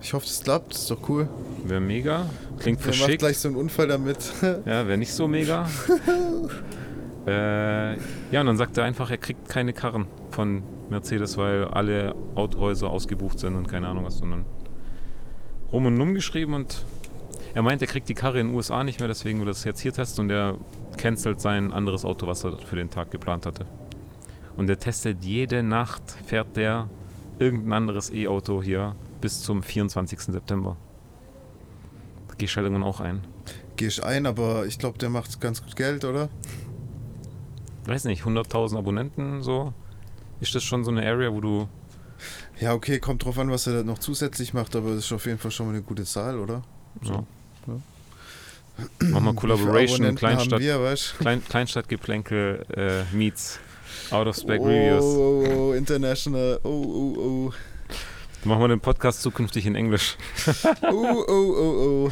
S2: Ich hoffe, das klappt, ist doch cool.
S1: wäre mega. Klingt
S2: Er macht
S1: verschickt.
S2: gleich so einen Unfall damit.
S1: Ja, wäre nicht so mega. äh, ja, und dann sagt er einfach, er kriegt keine Karren von Mercedes, weil alle Autohäuser ausgebucht sind und keine Ahnung was, sondern rum und um geschrieben und er meint, er kriegt die Karre in den USA nicht mehr, deswegen will er das jetzt hier testen und er cancelt sein anderes Auto, was er für den Tag geplant hatte. Und er testet jede Nacht, fährt der irgendein anderes E-Auto hier bis zum 24. September. Da geh ich halt irgendwann auch ein.
S2: Geh ich ein, aber ich glaube, der macht ganz gut Geld, oder?
S1: weiß nicht, 100.000 Abonnenten so, ist das schon so eine Area, wo du.
S2: Ja, okay, kommt drauf an, was er da noch zusätzlich macht, aber das ist auf jeden Fall schon mal eine gute Zahl, oder?
S1: So,
S2: ja.
S1: Mach mal
S2: Wie viele
S1: Collaboration,
S2: Abonnenten
S1: Kleinstadt,
S2: Haben wir, weißt?
S1: Klein, Kleinstadtgeplänkel äh, meets Out of Spec
S2: oh,
S1: Reviews.
S2: Oh, oh, international. Oh, oh,
S1: Machen wir den Podcast zukünftig in Englisch.
S2: oh. Oh, oh, oh, oh.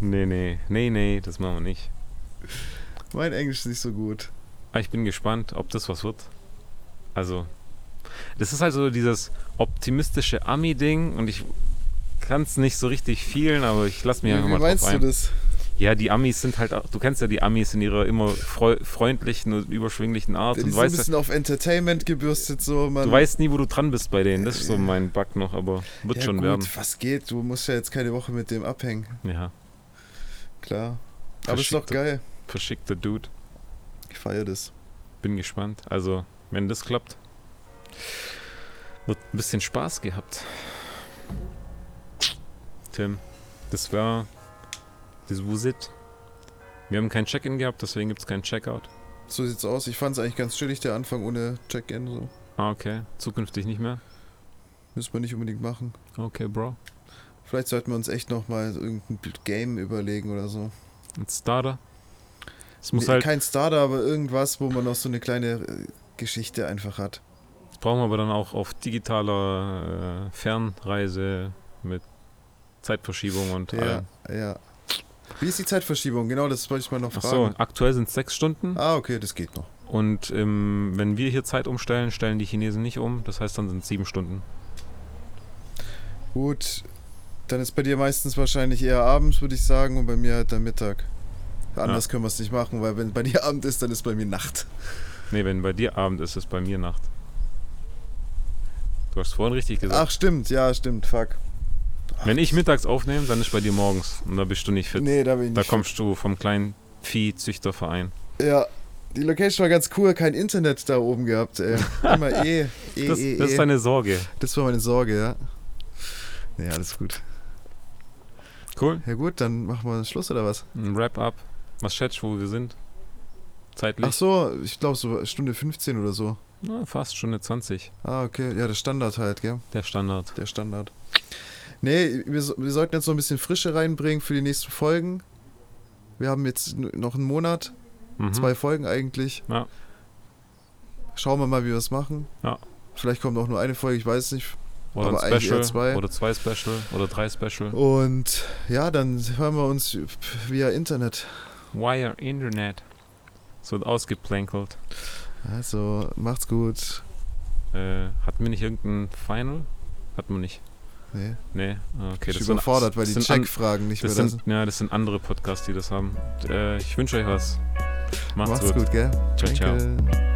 S1: Nee, nee, nee, nee, das machen wir nicht.
S2: Mein Englisch ist nicht so gut.
S1: Aber ich bin gespannt, ob das was wird. Also, das ist halt so dieses optimistische Ami-Ding und ich kann es nicht so richtig vielen, aber ich lasse mich
S2: wie
S1: einfach
S2: wie
S1: mal drauf
S2: meinst
S1: ein.
S2: du das?
S1: Ja, die Amis sind halt, auch- du kennst ja die Amis in ihrer immer freu freundlichen und überschwinglichen Art
S2: Die
S1: und
S2: sind ein
S1: weißt, ja-
S2: bisschen auf Entertainment gebürstet, so, man.
S1: du weißt nie, wo du dran bist bei denen. Das ist so mein Bug noch, aber wird
S2: ja,
S1: schon
S2: gut,
S1: werden.
S2: was geht? Du musst ja jetzt keine Woche mit dem abhängen,
S1: Ja,
S2: klar. Aber ist doch
S1: Verschickte-
S2: geil.
S1: verschickter Dude.
S2: Ich feiere das.
S1: Bin gespannt. Also, wenn das klappt, wird ein bisschen Spaß gehabt. Tim, das war das Wusit. Wir haben kein Check-in gehabt, deswegen gibt es kein Check-out.
S2: So sieht's aus. Ich fand's eigentlich ganz chillig, der Anfang ohne Check-In. So.
S1: Ah, okay. Zukünftig nicht mehr.
S2: Müssen wir nicht unbedingt machen.
S1: Okay, Bro.
S2: Vielleicht sollten wir uns echt nochmal irgendein Game überlegen oder so.
S1: Ein Starter. Es muss
S2: Nee,
S1: halt
S2: Kein Starter, aber irgendwas, wo man noch so eine kleine äh, Geschichte einfach hat.
S1: brauchen wir aber dann auch auf digitaler äh, Fernreise mit Zeitverschiebung und
S2: Ja,
S1: allem.
S2: ja. Wie ist die Zeitverschiebung? Genau, das wollte ich mal noch
S1: Ach so,
S2: fragen.
S1: aktuell sind es sechs Stunden
S2: Ah, okay, das geht noch.
S1: und ähm, wenn wir hier Zeit umstellen, stellen die Chinesen nicht um. Das heißt, dann sind es sieben Stunden.
S2: Gut, dann ist bei dir meistens wahrscheinlich eher abends, würde ich sagen, und bei mir halt dann Mittag. Anders können wir es nicht machen, weil wenn bei dir Abend ist, dann ist bei mir Nacht.
S1: Nee, wenn bei dir Abend ist, ist bei mir Nacht. Du hast vorhin richtig gesagt.
S2: Ach stimmt, ja, stimmt, fuck.
S1: wenn ich mittags aufnehme, dann ist bei dir morgens und da bist du nicht fit.
S2: Nee, da bin ich
S1: Da
S2: nicht.
S1: kommst du vom kleinen Viehzüchterverein.
S2: ja, die Location war ganz cool, kein Internet da oben gehabt, ey. Immer eh, eh,
S1: Das,
S2: eh,
S1: das
S2: eh.
S1: ist deine Sorge.
S2: das war meine Sorge, ja. Ja, alles gut.
S1: Cool.
S2: Ja gut, dann machen wir Schluss oder was?
S1: Ein Wrap-up. Was schätzt du, wo wir sind?
S2: Ach
S1: Zeitlich?
S2: so, ich glaube so Stunde 15 oder so.
S1: Na, fast Stunde 20.
S2: Ah, okay. Ja, der Standard halt, gell?
S1: Der Standard.
S2: Der Standard. Nee, wir, so- wir sollten jetzt noch ein bisschen Frische reinbringen für die nächsten Folgen. Wir haben jetzt n- noch einen Monat,
S1: Mhm.
S2: zwei Folgen eigentlich.
S1: Ja.
S2: Schauen wir mal, wie wir es machen.
S1: Ja.
S2: Vielleicht kommt auch nur eine Folge, ich weiß nicht.
S1: Oder
S2: aber
S1: ein
S2: eigentlich eher
S1: Special.
S2: zwei.
S1: Oder zwei Special. Oder drei Special.
S2: Und ja, dann hören wir uns via Internet.
S1: Wire Internet. So ausgeplänkelt.
S2: Also, macht's gut.
S1: Äh, hatten wir nicht irgendein Final? Hatten wir nicht.
S2: Nee,
S1: Nee, ah, okay.
S2: ich
S1: das
S2: bin
S1: sind-
S2: überfordert, weil die
S1: das sind an-
S2: Checkfragen nicht mehr
S1: das
S2: da sind.
S1: sind, ja, das sind andere Podcasts, die das haben. Äh, ich wünsche euch was. Macht's,
S2: Macht's gut, gell?
S1: Ciao, ciao.
S2: Danke.